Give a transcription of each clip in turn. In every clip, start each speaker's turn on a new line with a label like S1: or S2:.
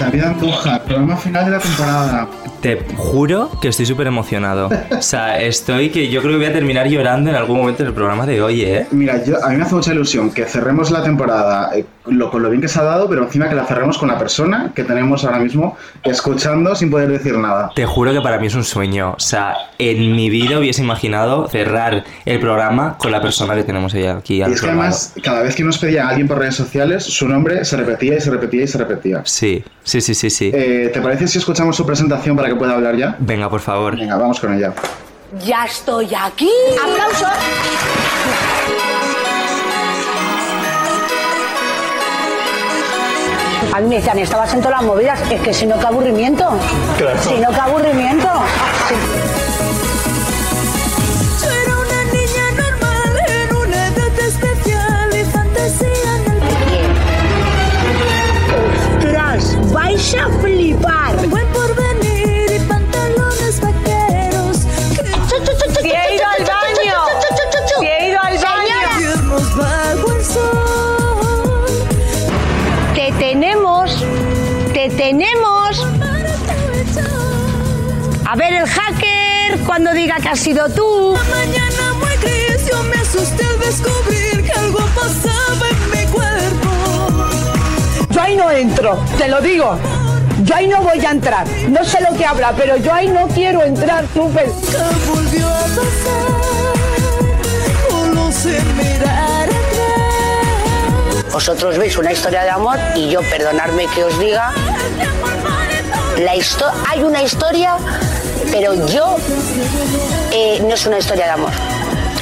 S1: David Antoja, programa final de la temporada.
S2: Te juro que estoy súper emocionado. O sea, estoy que yo creo que voy a terminar llorando en algún momento del programa de hoy, ¿eh?
S1: Mira, yo, a mí me hace mucha ilusión que cerremos la temporada eh, lo, con lo bien que se ha dado, pero encima que la cerremos con la persona que tenemos ahora mismo escuchando sin poder decir nada.
S2: Te juro que para mí es un sueño. O sea, en mi vida hubiese imaginado cerrar el programa con la persona que tenemos hoy aquí. al
S1: Y es que
S2: otro lado.
S1: además, cada vez que nos pedía a alguien por redes sociales, su nombre se repetía y se repetía y se repetía.
S2: Sí, sí, sí, sí, sí.
S1: Eh, ¿Te parece si escuchamos su presentación para que pueda hablar ya?
S2: Venga, por favor.
S1: Venga, vamos con ella.
S3: Ya estoy aquí. ¡Aplausos! A mí me decían, estabas en todas las movidas, es que si no, qué aburrimiento. Si no, qué aburrimiento. Sí.
S4: Yo era una niña normal en una edad especial y fantasía en el
S3: Ostras, vais a flipar.
S4: buen porvenir y pantalones vaqueros.
S3: Si he ido al baño. Si he ido al baño.
S4: Tiernos bajo el sol.
S3: Te tenemos. Te tenemos.
S4: Para aprovechar.
S3: A ver el hacker cuando diga que has sido tú.
S4: La mañana muy gris, yo me asusté al descubrir que algo pasaba en mi cuerpo.
S5: Yo ahí no entro, te lo digo. Yo ahí no voy a entrar. No sé lo que habla, pero yo ahí no quiero entrar, súper.
S4: Nunca volvió a pasar, solo sin mirar atrás.
S3: Vosotros veis una historia de amor y yo, perdonadme que os diga,
S4: Este amor marítimo
S3: la histo- hay una historia, pero yo eh, no es una historia de amor.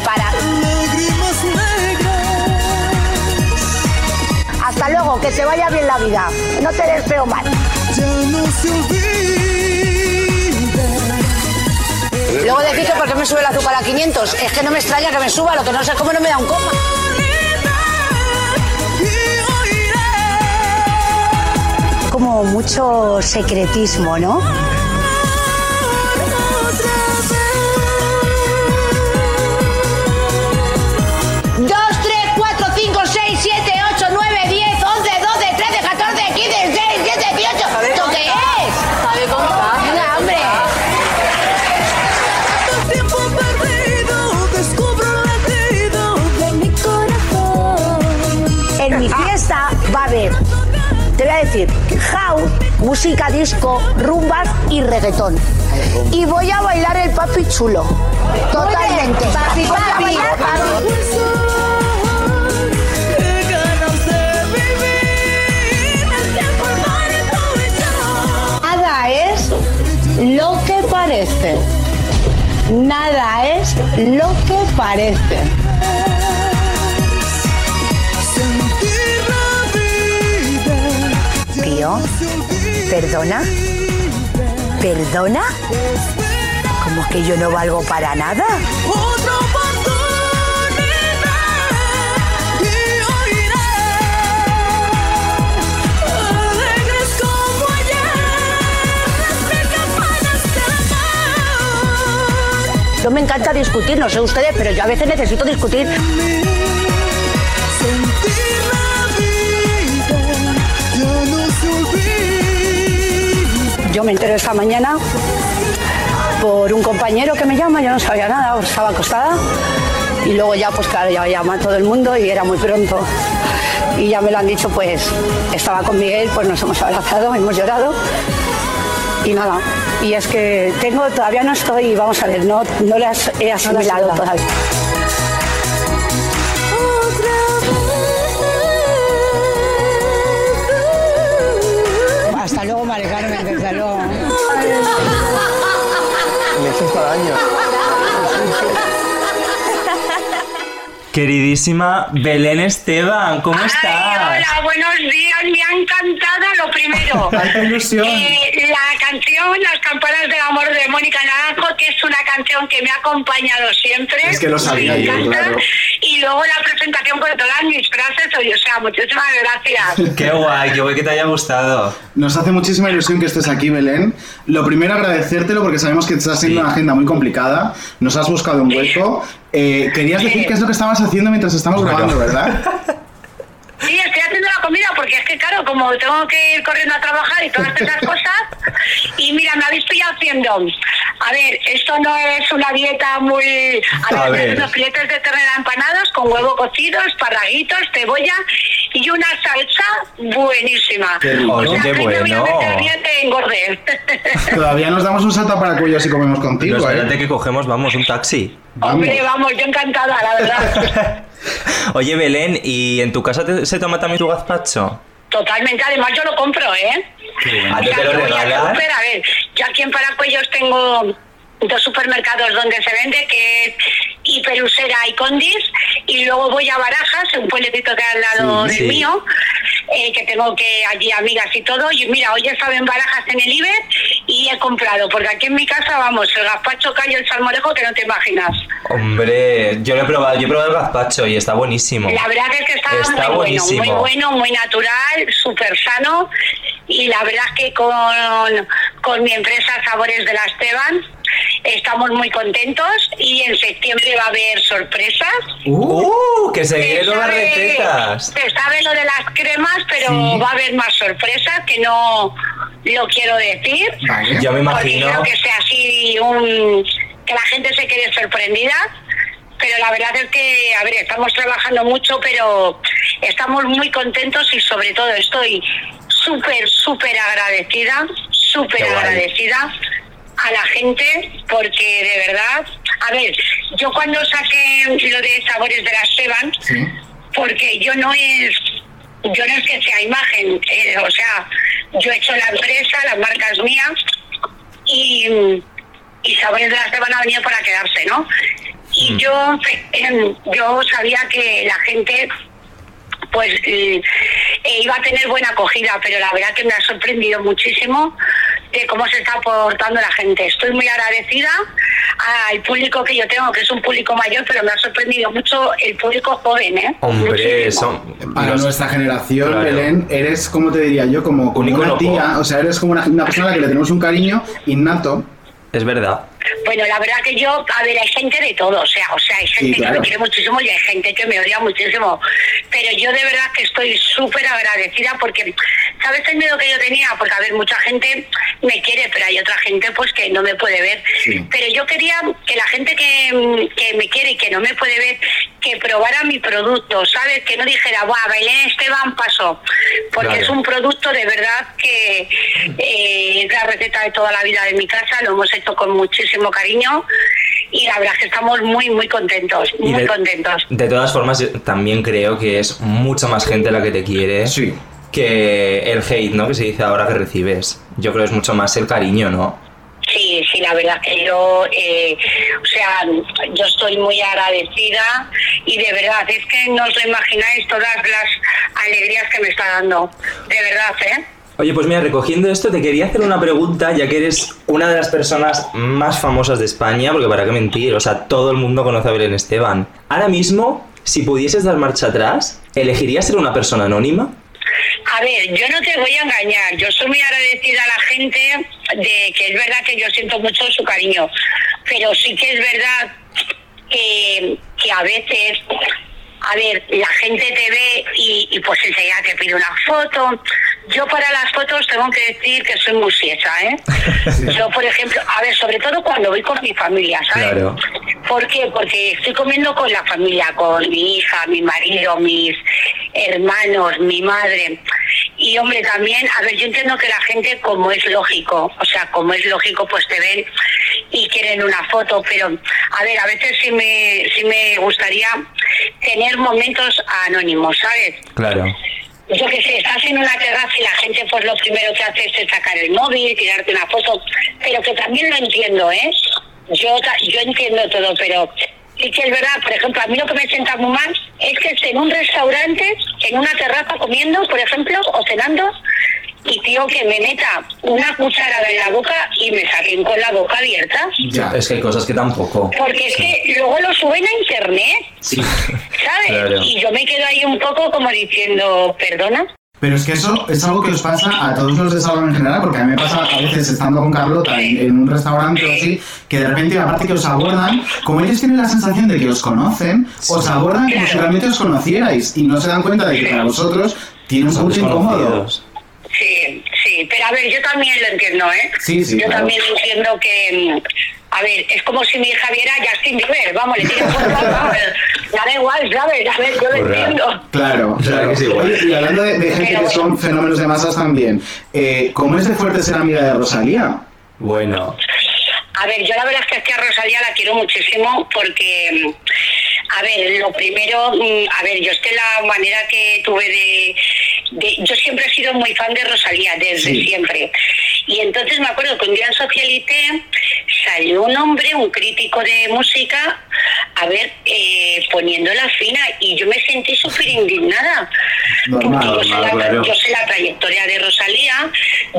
S3: Para,
S4: Lágrimas negras,
S3: hasta luego, que te vaya bien la vida, no te des feo mal.
S4: ya no se olvida.
S3: Luego decís que por qué me sube el azúcar a 500, es que no me extraña que me suba, lo que no sé es cómo no me da un coma.
S4: Olvidar
S3: Como mucho secretismo, ¿no? 2, 3, 4, 5, 6, 7, 8, 9, 10, 11, 12, 13, 14, 15, 16,
S4: otra vez.
S3: 17, 18. ¿Esto qué es? ¿Sabe cómo va? Venga, hombre.
S4: Tanto tiempo perdido, descubro el latido de mi corazón.
S3: En mi fiesta va a haber, te voy a decir, house, música disco, rumbas y reggaetón. Y voy a bailar el papi chulo. Totalmente. Papi, papi, papi.
S4: El sol, qué ganas de vivir. El tiempo vale aprovechar.
S3: Nada es lo que parece. Nada es lo que parece.
S4: Sentir la vida. ya
S3: Tío,
S4: no se olvida.
S3: perdona. ¿Perdona? ¿Como que yo no valgo para nada?
S4: Otra oportunidad y oiré alegres como ayer las campanas del amor.
S3: Yo me encanta discutir, no sé ustedes, pero yo a veces necesito discutir.
S4: Sentir la vida ya no se olvida.
S3: Yo me entero esta mañana por un compañero que me llama, yo no sabía nada, estaba acostada. Y luego ya, pues claro, ya llama a todo el mundo y era muy pronto. Y ya me lo han dicho, pues estaba con Miguel, pues nos hemos abrazado, hemos llorado. Y nada, y es que tengo, todavía no estoy, vamos a ver, no, no las he asimilado todavía.
S4: Otra vez.
S5: Hasta luego, Mare Carmen, desde luego.
S1: Me haces daño.
S2: Queridísima Belén Esteban, ¿cómo
S3: Ay,
S2: estás?
S3: hola, buenos días, me ha encantado lo primero.
S1: Ah. ¡Ay, qué ilusión!
S3: Eh, la canción Las campanas del amor de Mónica Naranjo, que es una canción que me ha acompañado siempre.
S1: Es que lo sabía
S3: Me
S1: yo,
S3: encanta.
S1: claro.
S3: Y luego la presentación con todas mis frases, oye, o sea, muchísimas gracias.
S2: Qué guay, qué guay que te haya gustado.
S1: Nos hace muchísima ilusión que estés aquí, Belén. Lo primero, agradecértelo porque sabemos que estás haciendo
S2: Sí.
S1: una agenda muy complicada. Nos has buscado un hueco. Eh, querías
S3: Sí.
S1: decir qué es lo que estabas haciendo mientras estamos
S2: Bueno.
S1: grabando, ¿verdad?
S3: Sí, estoy haciendo la comida porque es que, claro, como tengo que ir corriendo a trabajar y todas esas cosas, y mira, me habéis pillado haciendo. A ver, esto no es una dieta muy. A,
S2: A
S3: ver,
S2: ver.
S3: unos filetes de ternera empanados con huevo cocido, esparraguitos, cebolla y una salsa buenísima.
S1: Qué rico.
S3: O sea,
S2: Qué
S3: que yo voy a
S2: bueno.
S3: meter bien de engordé.
S1: Todavía nos damos un salto para el cuello si comemos contigo,
S2: No, espérate
S1: ¿eh?
S2: que cogemos, vamos, un taxi.
S3: Hombre, vamos, yo encantada, la verdad.
S2: Oye, Belén, ¿y en tu casa te- se toma también tu gazpacho?
S3: Totalmente, además yo lo compro, ¿eh?
S2: ¿A ti
S3: Ya
S2: te lo
S3: que voy al
S2: regalan?
S3: súper, a ver, yo aquí en Paracuellos tengo dos supermercados donde se vende, que es Hiperusera y Condis, y luego voy a Barajas, un pueblecito que hay al lado
S2: Sí,
S3: del
S2: sí.
S3: mío, eh, que tengo que allí amigas y todo, y mira, hoy he estado en Barajas en el Iber y he comprado, porque aquí en mi casa, vamos, el gazpacho callo, el salmorejo, que no te imaginas.
S2: Hombre, yo lo he probado, yo he probado el gazpacho y está buenísimo.
S3: La verdad es que está,
S2: Está
S3: muy
S2: buenísimo.
S3: bueno, muy bueno, muy natural, súper sano. Y la verdad es que con, con mi empresa Sabores de la Esteban estamos muy contentos y en septiembre va a haber sorpresas.
S2: ¡Uh! ¡Que se vienen nuevas
S3: sabe-
S2: recetas!
S3: se sabe lo de las cremas, pero
S2: Sí.
S3: va a haber más sorpresas que no lo quiero decir.
S1: Vale.
S2: Yo me
S3: Porque
S2: imagino.
S3: creo que sea así un que la gente se quede sorprendida pero la verdad es que a ver estamos trabajando mucho pero estamos muy contentos y sobre todo estoy súper súper agradecida súper
S2: Qué guay.
S3: agradecida a la gente porque de verdad a ver yo cuando saqué lo de sabores de las Seban
S1: Sí.
S3: porque yo no es yo no es que sea imagen eh, o sea yo he hecho la empresa las marcas mías y y sabores de la semana ha venido para quedarse no y yo eh, yo sabía que la gente pues eh, eh, iba a tener buena acogida, pero la verdad que me ha sorprendido muchísimo de cómo se está portando la gente. Estoy muy agradecida al público que yo tengo, que es un público mayor, pero me ha sorprendido mucho el público joven, ¿eh?
S2: Hombre,
S3: Muchísimo.
S2: son.
S1: Para
S2: los-
S1: nuestra generación,
S2: Claro.
S1: Belén, eres, como te diría yo, como, como
S2: Un
S1: una
S2: ícono
S1: tía,
S2: pop.
S1: o sea, eres como una, una persona a la que le tenemos un cariño innato.
S2: Es verdad.
S3: Bueno, la verdad que yo, a ver, hay gente de todo, o sea, o sea, hay gente que
S1: claro.
S3: me quiere muchísimo y hay gente que me odia muchísimo, pero yo de verdad que estoy súper agradecida porque, ¿sabes el miedo que yo tenía? Porque, a ver, mucha gente me quiere, pero hay otra gente pues que no me puede ver,
S1: Sí.
S3: pero yo quería que la gente que, mm, que me quiere y que no me puede ver, que probara mi producto, ¿sabes? Que no dijera, ¡buah, Belén este Esteban pasó! Porque
S2: Claro.
S3: es un producto de verdad que eh, es la receta de toda la vida de mi casa, lo hemos hecho con muchísimo cariño y la verdad es que estamos muy, muy contentos,
S2: Y
S3: muy
S2: de-
S3: contentos.
S2: De todas formas, yo también creo que es mucha más gente la que te quiere
S1: Sí.
S2: que el hate, ¿no? Que se dice ahora que recibes. Yo creo que es mucho más el cariño, ¿no?
S3: Sí, sí, la verdad que yo, eh, o sea, yo estoy muy agradecida y de verdad, es que no os lo imagináis todas las alegrías que me está dando, de verdad, ¿eh?
S2: Oye, pues mira, recogiendo esto, te quería hacer una pregunta, ya que eres una de las personas más famosas de España, porque para qué mentir, o sea, todo el mundo conoce a Belén Esteban. Ahora mismo, si pudieses dar marcha atrás, ¿elegirías ser una persona anónima?
S3: A ver, yo no te voy a engañar. Yo soy muy agradecida a la gente de que es verdad que yo siento mucho su cariño, pero sí que es verdad que, que a veces, a ver, la gente te ve y, y pues enseguida te pide una foto. Yo para las fotos tengo que decir que soy muy siesa, ¿eh? Yo, por ejemplo, a ver, sobre todo cuando voy con mi familia, ¿sabes?
S2: Claro.
S3: ¿Por qué? Porque estoy comiendo con la familia, con mi hija, mi marido, mis hermanos, mi madre. Y hombre, también, a ver, yo entiendo que la gente, como es lógico, o sea, como es lógico, pues te ven y quieren una foto, pero a ver, a veces sí me, sí me gustaría tener momentos anónimos, ¿sabes?
S2: Claro.
S3: yo Pues que sé, estás en una terraza y la gente pues lo primero que hace es sacar el móvil, tirarte una foto, pero que también lo entiendo, ¿eh? Yo, ta- yo entiendo todo, pero sí sí que es verdad, por ejemplo, a mí lo que me sienta muy mal es que esté en un restaurante, en una terraza comiendo, por ejemplo, o cenando, y tío que me meta una cucharada en la boca y me saquen con la boca abierta.
S1: Ya.
S2: Es que hay cosas que tampoco.
S3: Porque es que luego lo suben a internet,
S2: Sí.
S3: ¿sabes?
S2: Claro.
S3: Y yo me quedo ahí un poco como diciendo, perdona.
S1: Pero es que eso es algo que os pasa a todos los de Salón en general, porque a mí me pasa a veces estando con Carlota en, en un restaurante o así, que de repente, aparte que os abordan, como ellos tienen la sensación de que os conocen, os abordan como si realmente os conocierais y no se dan cuenta de que para vosotros tiene un
S2: Son
S1: gusto incómodo.
S2: desconocidos.
S3: Sí, sí, pero a ver, yo también lo entiendo, ¿eh?
S1: Sí, sí,
S3: Yo
S1: claro.
S3: también entiendo que, mm, a ver, es como si mi hija viera a Justin Bieber, vamos, le tiro por vamos, ya da igual, ¿sabes? A ver, yo lo
S2: Correcto.
S3: entiendo.
S1: Claro,
S2: Claro que sí, igual.
S1: Oye, y hablando de, de gente que son fenómenos de masas también, eh, ¿cómo es de fuerte ser amiga de Rosalía?
S2: Bueno,
S3: A ver, yo la verdad es que, es que a Rosalía la quiero muchísimo porque, mm, a ver, lo primero, mm, a ver, yo es que la manera que tuve de, de- Yo siempre he sido muy fan de Rosalía, desde
S1: Sí.
S3: siempre. Y entonces me acuerdo que un día en Socialité salió un hombre, un crítico de música, a ver, eh, poniéndola fina y yo me sentí súper indignada. Porque
S1: Normal,
S3: yo, sé la,
S2: normal, claro.
S3: yo sé la trayectoria de Rosalía,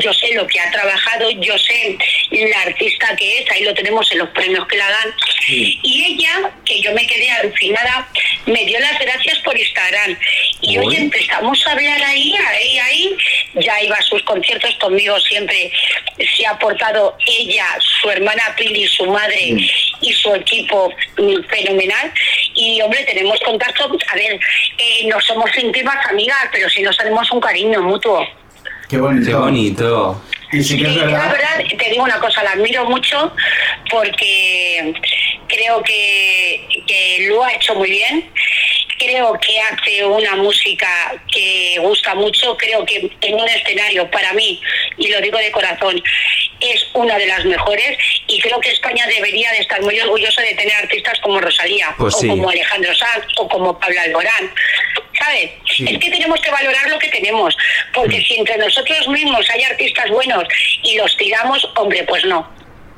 S3: yo sé lo que ha trabajado, yo sé la artista que es, ahí lo tenemos en los premios que la dan. Y ella, que yo me quedé alucinada, me dio las gracias por Instagram. Y
S2: Uy.
S3: hoy empezamos a hablar ahí, ahí, ahí. Ya iba a sus conciertos conmigo siempre. Se ha portado ella, su hermana Pili, su madre y su equipo mm, fenomenal. Y hombre, tenemos contacto. A ver, eh, no somos íntimas amigas, pero sí nos tenemos un cariño mutuo.
S1: Qué bonito.
S2: qué bonito.
S1: Y sí que es
S3: Sí, yo la
S1: verdad.
S3: verdad, te digo una cosa, la admiro mucho porque creo que, que lo ha hecho muy bien. Creo que hace una música que gusta mucho. Creo que en un escenario, para mí, y lo digo de corazón, es una de las mejores. Y creo que España debería de estar muy orgullosa de tener artistas como Rosalía,
S2: Pues
S3: o
S2: sí.
S3: como Alejandro Sanz, o como Pablo Alborán. ¿Sabes? Es que tenemos que valorar lo que tenemos, porque si entre nosotros mismos hay artistas buenos y los tiramos, hombre, pues no.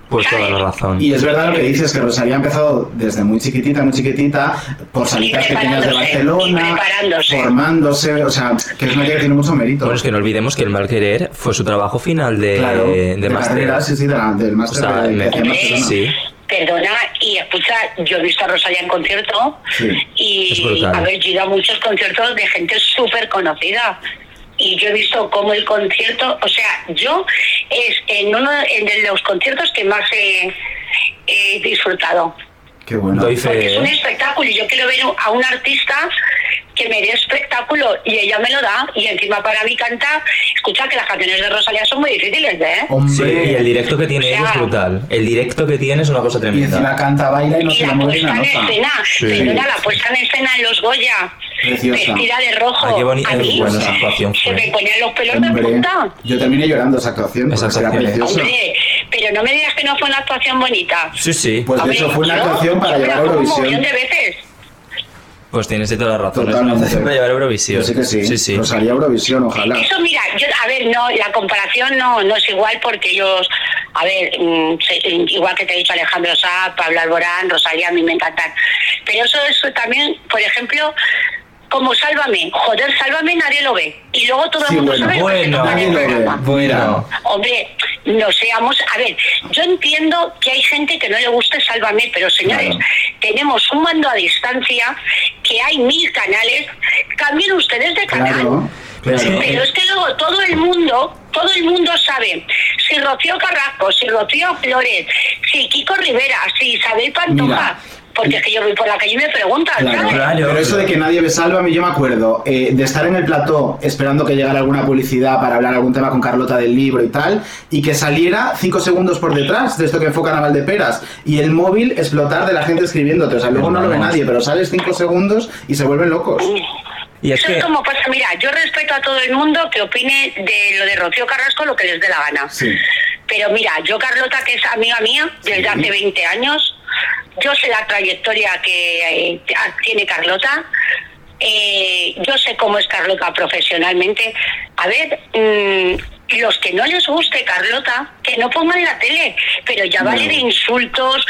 S2: Pues toda la razón.
S1: Y es verdad lo que dices, que Rosalía ha empezado desde muy chiquitita, muy chiquitita, por salidas
S3: Y
S1: pequeñas de
S3: preparándose, y
S1: Barcelona,
S3: preparándose.
S1: formándose, o sea, que es una tía que tiene mucho mérito.
S2: Bueno, es que no olvidemos que el mal querer fue su trabajo final de,
S1: claro,
S2: de,
S1: de
S2: máster.
S1: carrera, sí, sí, de la- del
S2: O
S1: máster
S2: sea,
S1: de, de- de
S2: me-
S1: Barcelona.
S2: sí.
S3: Perdona, y escucha, yo he visto a Rosalía en concierto
S1: Sí.
S2: Es
S3: y
S2: brutal.
S3: a ver, yo he ido a muchos conciertos de gente súper conocida. Y yo he visto cómo el concierto, o sea, yo es en uno en de los conciertos que más he, he disfrutado.
S1: Qué bueno.
S2: Doy fe,
S3: Porque es un
S2: ¿eh?
S3: espectáculo y yo quiero ver a un artista que me dé espectáculo y ella me lo da y encima para mí canta. Escucha que las canciones de Rosalía son muy difíciles, ¿eh?
S2: Sí,
S1: Hombre,
S2: y el directo que tiene ella es brutal. El directo que tiene es una cosa
S1: y encima
S2: tremenda.
S1: canta, baila y no
S3: Y
S1: se le
S3: la
S1: mueve
S3: puesta
S1: una
S3: en
S1: nota.
S3: escena,
S2: Sí.
S3: perdona, la puesta en escena en los Goya,
S1: Preciosa.
S3: vestida de rojo,
S2: Ah, qué bonita
S3: a mí
S2: bueno, esa actuación
S3: se me
S1: ¿eh?
S2: fue.
S3: ponían los pelos de
S1: Hombre,
S3: punta.
S1: yo terminé llorando esa actuación,
S2: Esa
S1: porque era
S2: actuación.
S1: preciosa.
S3: Hombre, pero no me digas que no fue una actuación bonita.
S2: Sí, sí. Pues,
S1: Pues de
S3: Hombre,
S1: hecho fue una
S3: yo-
S1: actuación para
S3: yo me
S1: llevar
S3: la
S1: a
S3: pongo un
S1: Eurovisión.
S3: millón de veces.
S2: Pues tienes toda la razón.
S1: Totalmente.
S2: Es una para llevar Eurovisión.
S1: Yo sé que sí.
S2: Sí, sí.
S1: Rosalía Eurovisión, ojalá.
S3: Eso, mira, yo, a ver, no, la comparación no, no es igual porque ellos, a ver, mm, se- igual que te he dicho Alejandro Sá, Pablo Alborán, Rosalía, a mí me encantan. Pero eso, eso también, por ejemplo, como Sálvame, joder, Sálvame nadie lo ve. Y luego todo
S1: Sí,
S3: el mundo
S1: bueno,
S3: sabe lo que
S2: bueno,
S3: toca en el
S1: Nadie lo ve.
S3: programa.
S2: Bueno.
S3: Hombre, no seamos, a ver, yo entiendo que hay gente que no le guste Sálvame, pero señores,
S1: Claro.
S3: tenemos un mando a distancia, que hay mil canales, cambien ustedes de canal.
S1: Claro.
S2: Pero es que-
S3: Pero es que luego todo el mundo, todo el mundo sabe si Rocío Carrasco, si Rocío Flores, si Kiko Rivera, si Isabel Pantoja,
S1: Mira.
S3: porque es que yo voy por la calle y me preguntan,
S1: Claro,
S3: ¿sabes?
S2: Claro.
S1: pero eso de que nadie me salva, a mí yo me acuerdo eh, de estar en el plató esperando que llegara alguna publicidad para hablar algún tema con Carlota del libro y tal, y que saliera cinco segundos por detrás de esto que enfocan a Valdeperas, y el móvil explotar de la gente escribiéndote. O sea, luego no lo ve
S2: Vamos.
S1: nadie, pero sales cinco segundos y se vuelven locos.
S2: Y es
S3: Eso
S2: que
S3: es como pasa, mira, yo respeto a todo el mundo que opine de lo de Rocío Carrasco lo que les dé la gana.
S1: Sí.
S3: Pero mira, yo Carlota, que es amiga mía desde hace 20 años, yo sé la trayectoria que eh, tiene Carlota, eh, yo sé cómo es Carlota profesionalmente. A ver, mm, los que no les guste Carlota, que no pongan la tele, pero ya vale de insultos,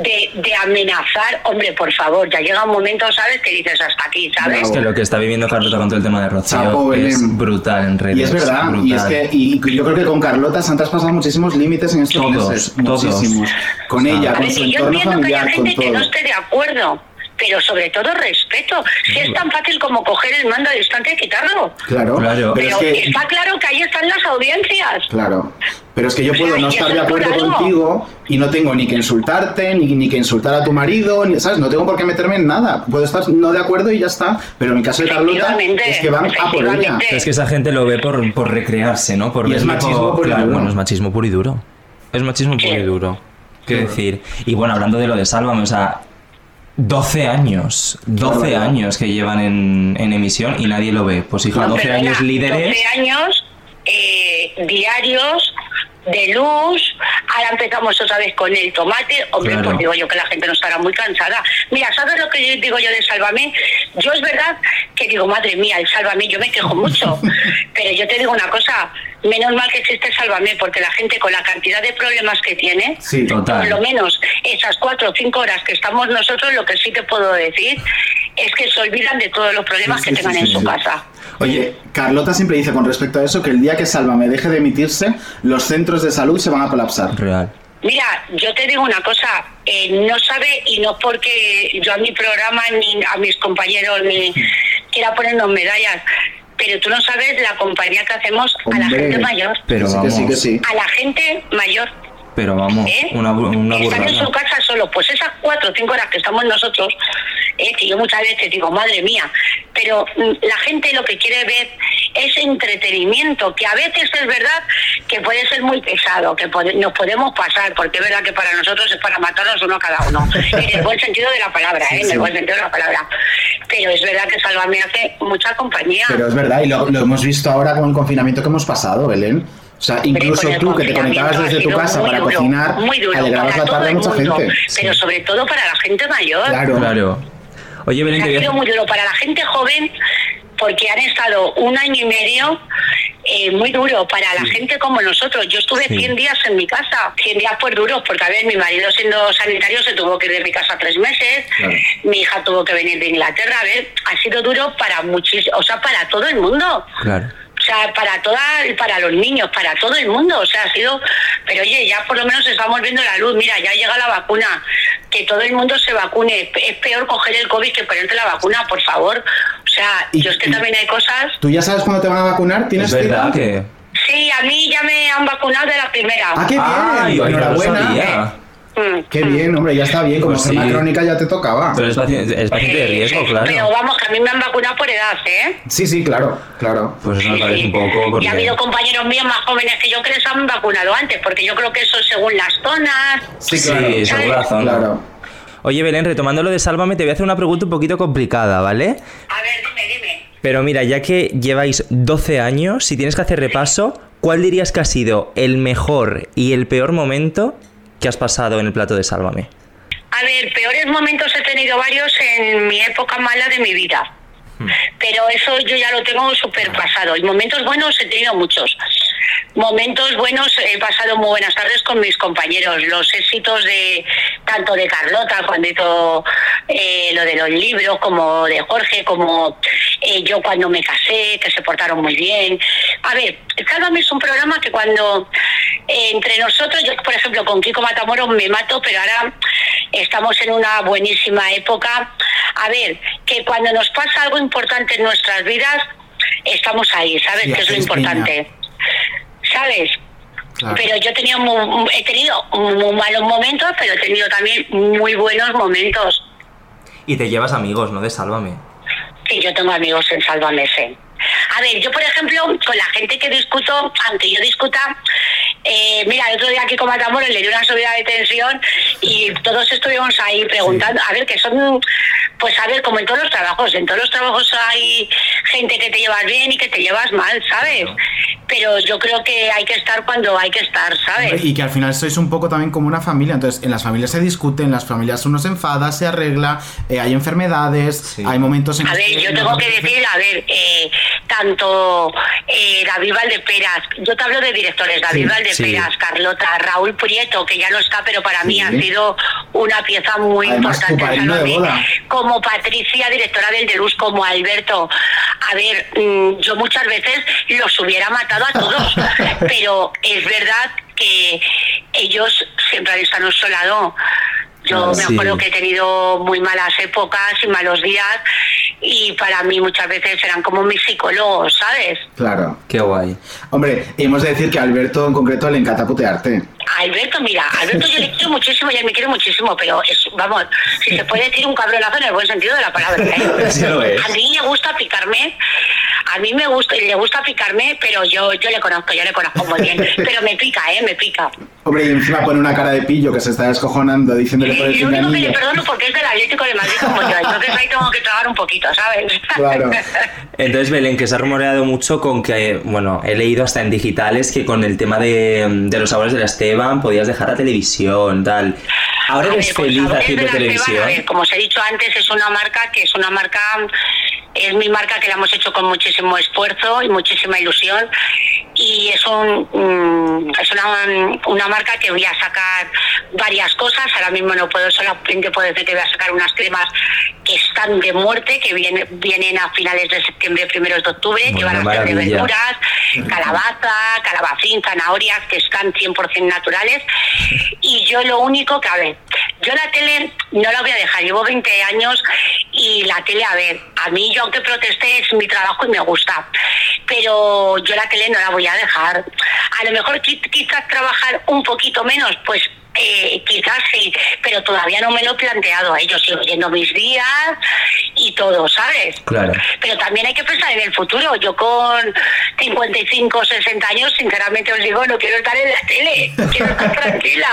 S3: de, de amenazar, hombre, por favor, ya llega un momento, ¿sabes? Que dices hasta aquí, ¿sabes?
S2: Es que lo que está viviendo Carlota con todo el tema de Rocío
S1: Chapo,
S2: es
S1: Belén.
S2: brutal en redes.
S1: Y es verdad, y es
S2: brutal.
S1: que y y yo creo que con Carlota se han traspasado muchísimos límites en estos
S2: Todos,
S1: meses.
S2: todos.
S1: Muchísimos. Con ella,
S3: A
S1: con
S3: ver,
S1: su
S3: que yo
S1: entorno
S3: entiendo que
S1: familiar,
S3: haya
S1: con
S3: gente que
S1: todo.
S3: no esté de acuerdo, pero sobre todo respeto. Si es tan fácil como coger el mando de instante y quitarlo.
S1: Claro,
S2: Claro.
S1: pero es
S3: Pero
S1: que.
S3: está claro que ahí están las audiencias.
S1: Claro. Pero es que yo
S3: O sea,
S1: puedo no
S3: y
S1: estar
S3: eso
S1: de
S3: es por
S1: acuerdo
S3: algo.
S1: contigo y no tengo ni que insultarte, ni, ni que insultar a tu marido, ni- ¿sabes? No tengo por qué meterme en nada. Puedo estar no de acuerdo y ya está. Pero en el caso de Carlota
S3: Efectivamente,
S1: es que van a por ella.
S3: efectivamente.
S2: Pero es que esa gente lo ve por, por recrearse, ¿no? Por
S1: Y es
S2: verlo
S1: machismo
S2: como-
S1: puro y
S2: claro,
S1: duro.
S2: bueno, es machismo puro y duro. Es machismo puro y duro. Quiero decir. Y bueno, hablando de lo de Sálvame, o sea, 12 años. 12
S1: barbaridad.
S2: años que llevan en, en emisión y nadie lo ve. Pues hija,
S3: No,
S2: 12
S3: pero
S2: años
S3: era
S2: líderes.
S3: 12 años eh, diarios de luz. Ahora empezamos otra vez con el tomate. Hombre,
S2: Claro.
S3: pues digo yo que la gente no estará muy cansada. Mira, ¿sabes lo que yo digo yo de Sálvame? Yo es verdad que digo, madre mía, el Sálvame, yo me quejo mucho. pero yo te digo una cosa, menos mal que existe Sálvame, porque la gente con la cantidad de problemas que tiene,
S1: Sí,
S3: por lo
S2: Total.
S3: menos esas cuatro o cinco horas que estamos nosotros, lo que sí te puedo decir es que se olvidan de todos los problemas
S1: Sí,
S3: que
S1: sí,
S3: tengan
S1: sí,
S3: en
S1: sí,
S3: su
S1: sí.
S3: casa.
S1: Oye, Carlota siempre dice con respecto a eso que el día que Sálvame deje de emitirse, los centros de salud se van a colapsar.
S2: Real.
S3: Mira, yo te digo una cosa, eh, no sabe y no porque yo a mi programa ni a mis compañeros ni quiera ponernos medallas, pero tú no sabes la compañía que hacemos a la
S1: Hombre,
S3: gente mayor,
S2: Pero
S1: que sí, que
S2: vamos.
S1: sí, que sí.
S3: a la gente mayor,
S2: Pero vamos,
S3: ¿eh?
S2: una, bu- una
S3: Están en
S2: burrada.
S3: su casa solo, pues esas cuatro o cinco horas que estamos nosotros, eh, que yo muchas veces digo, madre mía, pero mm, la gente lo que quiere ver es entretenimiento, que a veces es verdad que puede ser muy pesado, que pode- nos podemos pasar, porque es verdad que para nosotros es para matarnos uno cada uno, en el buen sentido de la palabra, eh, en el buen sentido de la palabra. Pero es verdad que Salvame hace mucha compañía.
S1: Pero es verdad, y lo, lo hemos visto ahora con el confinamiento que hemos pasado, Belén. O sea, incluso
S3: Pero con el
S1: tú que te conectabas
S3: confinamiento
S1: desde
S3: ha
S1: tu
S3: sido
S1: casa
S3: muy
S1: para
S3: duro,
S1: cocinar,
S3: muy duro,
S1: alegrabas
S3: para
S1: la
S3: todo
S1: tarde a
S3: el
S1: mucha
S3: mundo,
S1: gente.
S3: Pero sobre todo para la gente mayor.
S1: Claro.
S2: Claro. Oye, Belén, te voy
S3: Ha
S2: a
S3: sido
S2: hacer-
S3: muy duro para la gente joven porque han estado un año y medio eh, muy duro para la gente como nosotros. Yo estuve
S2: Sí.
S3: 100 días en mi casa, 100 días pues duros, porque a ver, mi marido siendo sanitario se tuvo que ir de mi casa tres meses,
S1: Claro.
S3: mi hija tuvo que venir de Inglaterra, a ver, ha sido duro para muchísimo, o sea, para todo el mundo.
S2: Claro.
S3: O sea, para toda, para los niños, para todo el mundo. O sea, ha sido. Pero oye, ya por lo menos estamos viendo la luz. Mira, ya llega la vacuna. Que todo el mundo se vacune. Es peor coger el COVID que ponerte la vacuna, por favor. O sea,
S1: Y-
S3: yo es que
S1: y-
S3: también hay cosas.
S1: ¿Tú ya sabes cuándo te van a vacunar? ¿Tienes
S2: Es verdad
S1: cita?
S2: que.
S3: Sí, a mí ya me han vacunado de la primera.
S1: Ah, qué bien.
S2: ¡Ay, oye, no lo
S1: Enhorabuena.
S2: sabía!
S3: Mm.
S1: Qué bien, hombre, ya está bien. Como
S2: Pues
S1: forma
S2: sí.
S1: crónica ya te tocaba.
S2: Pero es paciente, es paciente de
S3: Sí,
S2: riesgo,
S3: sí, Pero
S2: claro.
S3: vamos, que a mí me han vacunado por edad, ¿eh?
S1: Sí, sí, claro, claro.
S2: Pues eso me
S3: Sí,
S2: parece
S3: sí.
S2: un poco.
S3: Y ha
S2: Porque...
S3: habido compañeros míos más jóvenes que yo que les han vacunado antes, porque yo creo que eso es según las zonas.
S1: Sí,
S2: Sí,
S1: claro.
S2: según la zona.
S1: Claro.
S2: Oye, Belén, retomando lo de Sálvame, te voy a hacer una pregunta un poquito complicada, ¿vale?
S3: A ver, dime, dime.
S2: Pero mira, ya que lleváis 12 años, si tienes que hacer repaso, ¿cuál dirías que ha sido el mejor y el peor momento que has pasado en el plato de Sálvame?
S3: A ver, peores momentos he tenido varios en mi época mala de mi vida. Pero eso yo ya lo tengo superpasado. Y momentos buenos he tenido muchos. Momentos buenos he pasado muy buenas tardes con mis compañeros. Los éxitos de tanto de Carlota cuando hizo eh, lo de los libros, como de Jorge, como eh, yo cuando me casé, que se portaron muy bien. A ver, Sálvame es un programa que cuando eh, entre nosotros, yo por ejemplo con Kiko Matamoros me mato, pero ahora estamos en una buenísima época. A ver, que cuando nos pasa algo importante en nuestras vidas, estamos ahí, ¿sabes?
S1: Sí,
S3: que es lo
S1: hacéis piña.
S3: importante. ¿Sabes?
S1: Claro.
S3: Pero yo he tenido, mu- he tenido muy malos momentos, pero he tenido también muy buenos momentos.
S2: Y te llevas amigos, ¿no? De Sálvame.
S3: Sí, yo tengo amigos en Sálvame sí. A ver, yo por ejemplo, con la gente que discuto, aunque yo discuta, eh, mira, el otro día aquí con Matamoros le dio una subida de tensión y todos estuvimos ahí preguntando, a ver, que son, pues a ver, como en todos los trabajos, en todos los trabajos hay gente que te llevas bien y que te llevas mal, ¿sabes? pero yo creo que hay que estar cuando hay que estar, ¿sabes?
S1: Y que al final sois un poco también como una familia. Entonces, en las familias se discute, en las familias uno se enfada, se arregla, eh, hay enfermedades, hay momentos en
S3: A ver, yo tengo que decir, a ver, eh, tanto eh, David Valdeperas, yo te hablo de directores, David
S2: Sí,
S3: Valdeperas,
S2: sí.
S3: Carlota, Raúl Prieto, que ya no está, pero para mí
S1: Sí.
S3: ha sido una pieza muy
S1: Además, tu
S3: importante.
S1: padrino
S3: para
S1: de
S3: mí.
S1: boda.
S3: Como Patricia, directora del Deluz, como Alberto, a ver, mm, yo muchas veces los hubiera matado a todos, pero es verdad que ellos siempre han estado a nuestro lado. Yo
S2: Ah,
S3: me
S2: sí.
S3: acuerdo que he tenido muy malas épocas y malos días y para mí muchas veces eran como mis psicólogos, ¿sabes?
S1: Claro.
S2: Qué guay.
S1: Hombre, hemos de decir que a Alberto en concreto le encanta putearte.
S3: A Alberto, mira, a Alberto yo le quiero muchísimo y él me quiere muchísimo, pero es, vamos, si se puede decir un cabronazo en el buen sentido de la palabra. ¿eh?
S2: Sí lo es.
S3: A mí le gusta picarme, a mí me gusta, le gusta picarme, pero yo, yo le conozco, yo le conozco muy bien, pero me pica, ¿eh? Me pica.
S1: Hombre, y encima pone una cara de pillo que se está descojonando diciéndole por el
S3: Y lo único que le
S1: pinganillo.
S3: perdono porque es del Atlético de Madrid como yo, entonces ahí tengo que tragar un poquito, ¿sabes?
S1: Claro.
S2: Entonces, Belén, que se ha rumoreado mucho con que, bueno, he leído hasta en digitales que con el tema de, de los sabores de la Esteban podías dejar la televisión, tal. Ahora
S3: A
S2: eres
S3: ver, con
S2: feliz
S3: Sabores
S2: haciendo
S3: de la Ceba,
S2: televisión.
S3: a ver, como os he dicho antes, es una marca que es una marca, es mi marca que la hemos hecho con muchísimo esfuerzo y muchísima ilusión. Y es, un, mm, es una, una marca que voy a sacar varias cosas. Ahora mismo no puedo, solamente puedo decir que voy a sacar unas cremas que están de muerte, que vienen, vienen a finales de septiembre, primeros de octubre, que
S2: Bueno,
S3: van a ser de
S2: maravilla.
S3: verduras zanahorias, calabaza, calabacín, zanahorias que están 100% naturales. Y yo lo único que, a ver, yo la tele no la voy a dejar, llevo 20 años y la tele, a ver, a mí yo aunque protesté es mi trabajo y me gusta, pero yo la tele no la voy a dejar. A lo mejor qui- quizás trabajar un poquito menos, pues... eh, quizás sí, pero todavía no me lo he planteado. ¿eh? Yo sigo yendo mis días y todo, ¿sabes?
S2: Claro.
S3: Pero también hay que pensar en el futuro. Yo con 55 o 60 años, sinceramente os digo, no quiero estar en la tele, quiero estar tranquila.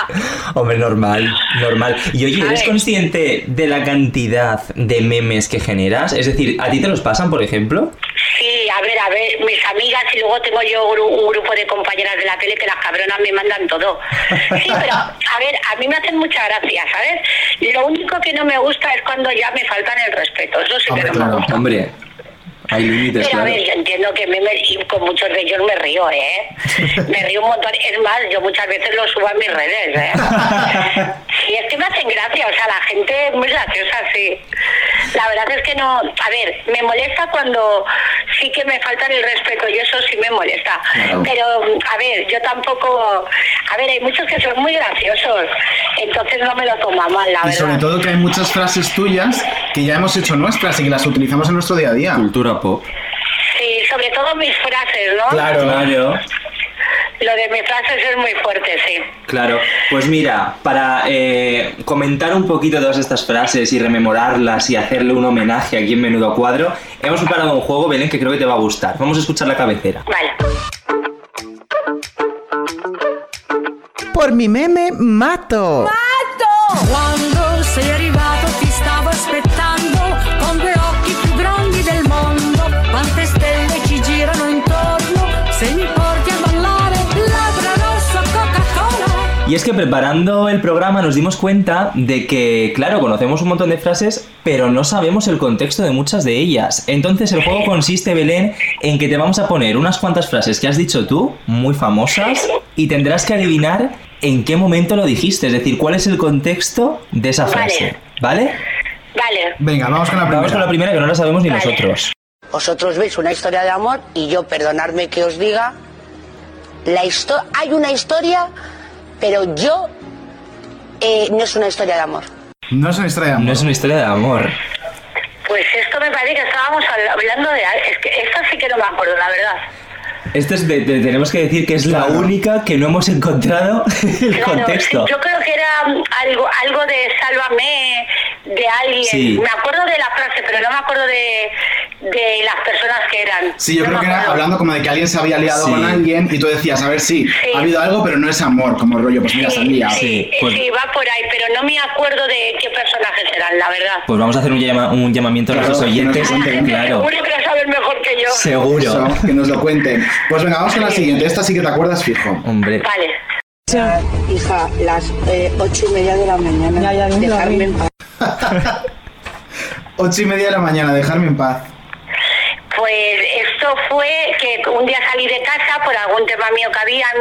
S2: Hombre, normal, normal. Y oye, ¿eres
S3: ¿Sabes?
S2: consciente de la cantidad de memes que generas? Es decir, ¿a ti te los pasan, por ejemplo?
S3: Sí, a ver, a ver, mis amigas y luego tengo yo gru- un grupo de compañeras de la tele que las cabronas me mandan todo. Sí, pero a ver, a mí me hacen mucha gracia, ¿sabes? Lo único que no me gusta es cuando ya me faltan el respeto. Eso Pues sí que
S1: Hombre,
S3: no me
S1: claro.
S3: gusta.
S2: Hombre, hay límites,
S3: Pero a
S2: claro.
S3: ver, yo entiendo que me, me- y con muchos de ellos me río, ¿eh? Me río un montón. Es más, yo muchas veces lo subo a mis redes, ¿eh? Y es que me hacen gracia, o sea, la gente es muy graciosa, sí. La verdad es que no. A ver, me molesta cuando sí que me faltan el respeto, y eso sí me molesta.
S1: Claro.
S3: Pero, a ver, yo tampoco. A ver, hay muchos que son muy graciosos, entonces no me lo toma mal, la
S1: Y
S3: verdad.
S1: sobre todo que hay muchas frases tuyas que ya hemos hecho nuestras y que las utilizamos en nuestro día a día.
S2: Cultura pop.
S3: Sí, sobre todo mis frases, ¿no?
S2: Claro.
S3: Lo de mis frases es muy fuerte, sí.
S2: Claro, pues mira, para eh, comentar un poquito todas estas frases y rememorarlas y hacerle un homenaje aquí en Menudo Cuadro, hemos preparado un juego, Belén, que creo que te va a gustar. Vamos a escuchar la cabecera.
S3: Vale.
S6: Por mi meme mato.
S4: Quando sei arrivato ti stavo aspettando con due occhi più grandi del mondo. Quante stelle ci girano intorno se mi porti a ballare labbra rossa Coca-Cola.
S2: Y es que preparando el programa nos dimos cuenta de que, claro, conocemos un montón de frases, pero no sabemos el contexto de muchas de ellas. Entonces el juego consiste, Belén, en que te vamos a poner unas cuantas frases que has dicho tú, muy famosas, y tendrás que adivinar en qué momento lo dijiste, es decir, cuál es el contexto de esa
S3: Vale.
S2: frase. ¿Vale?
S3: Vale.
S1: Venga, vamos con la primera.
S2: Vamos con la primera que no la sabemos ni
S3: Vale.
S2: nosotros.
S7: Vosotros veis una historia de amor y yo, perdonadme que os diga, la histo- hay una historia, pero yo eh, no es una historia de amor.
S1: No es una historia de amor.
S2: No es una historia de amor.
S3: Pues esto me parece que estábamos habl- hablando de... Es que esta sí que no me acuerdo, la verdad.
S2: Esto es de- de- tenemos que decir que es la
S1: Claro.
S2: única que no hemos encontrado el
S3: Claro,
S2: contexto.
S3: Yo creo que era mm, algo, algo de sálvame de alguien.
S2: Sí.
S3: Me acuerdo de la frase, pero no me acuerdo de, de las personas que eran.
S1: Sí, yo
S3: No
S1: creo
S3: me
S1: que era
S3: acuerdo.
S1: hablando como de que alguien se había liado
S2: Sí.
S1: con alguien y tú decías, a ver, sí, ha habido algo, pero no es amor, como rollo, pues mira, se han
S3: Sí,
S1: liado.
S2: Sí,
S3: sí, eh,
S2: pues-
S3: sí, va por ahí, pero no me acuerdo de qué personajes eran, la verdad.
S2: Pues vamos a hacer un, llama- un llamamiento a
S1: Claro,
S2: nuestros
S1: que nos
S2: oyentes.
S1: cuenten.
S2: Claro.
S3: Seguro que lo saben mejor que yo.
S2: Seguro.
S1: Eso, que nos lo cuenten. Pues venga, vamos con la siguiente. Esta sí que te acuerdas fijo.
S2: Hombre.
S3: Vale.
S7: Hija, las eh, ocho y media de la mañana.
S8: Ya, ya, ya, ya.
S7: dejarme en paz.
S1: Ocho y media de la mañana, dejarme en paz.
S3: Pues esto fue que un día salí de casa por algún tema mío que habían,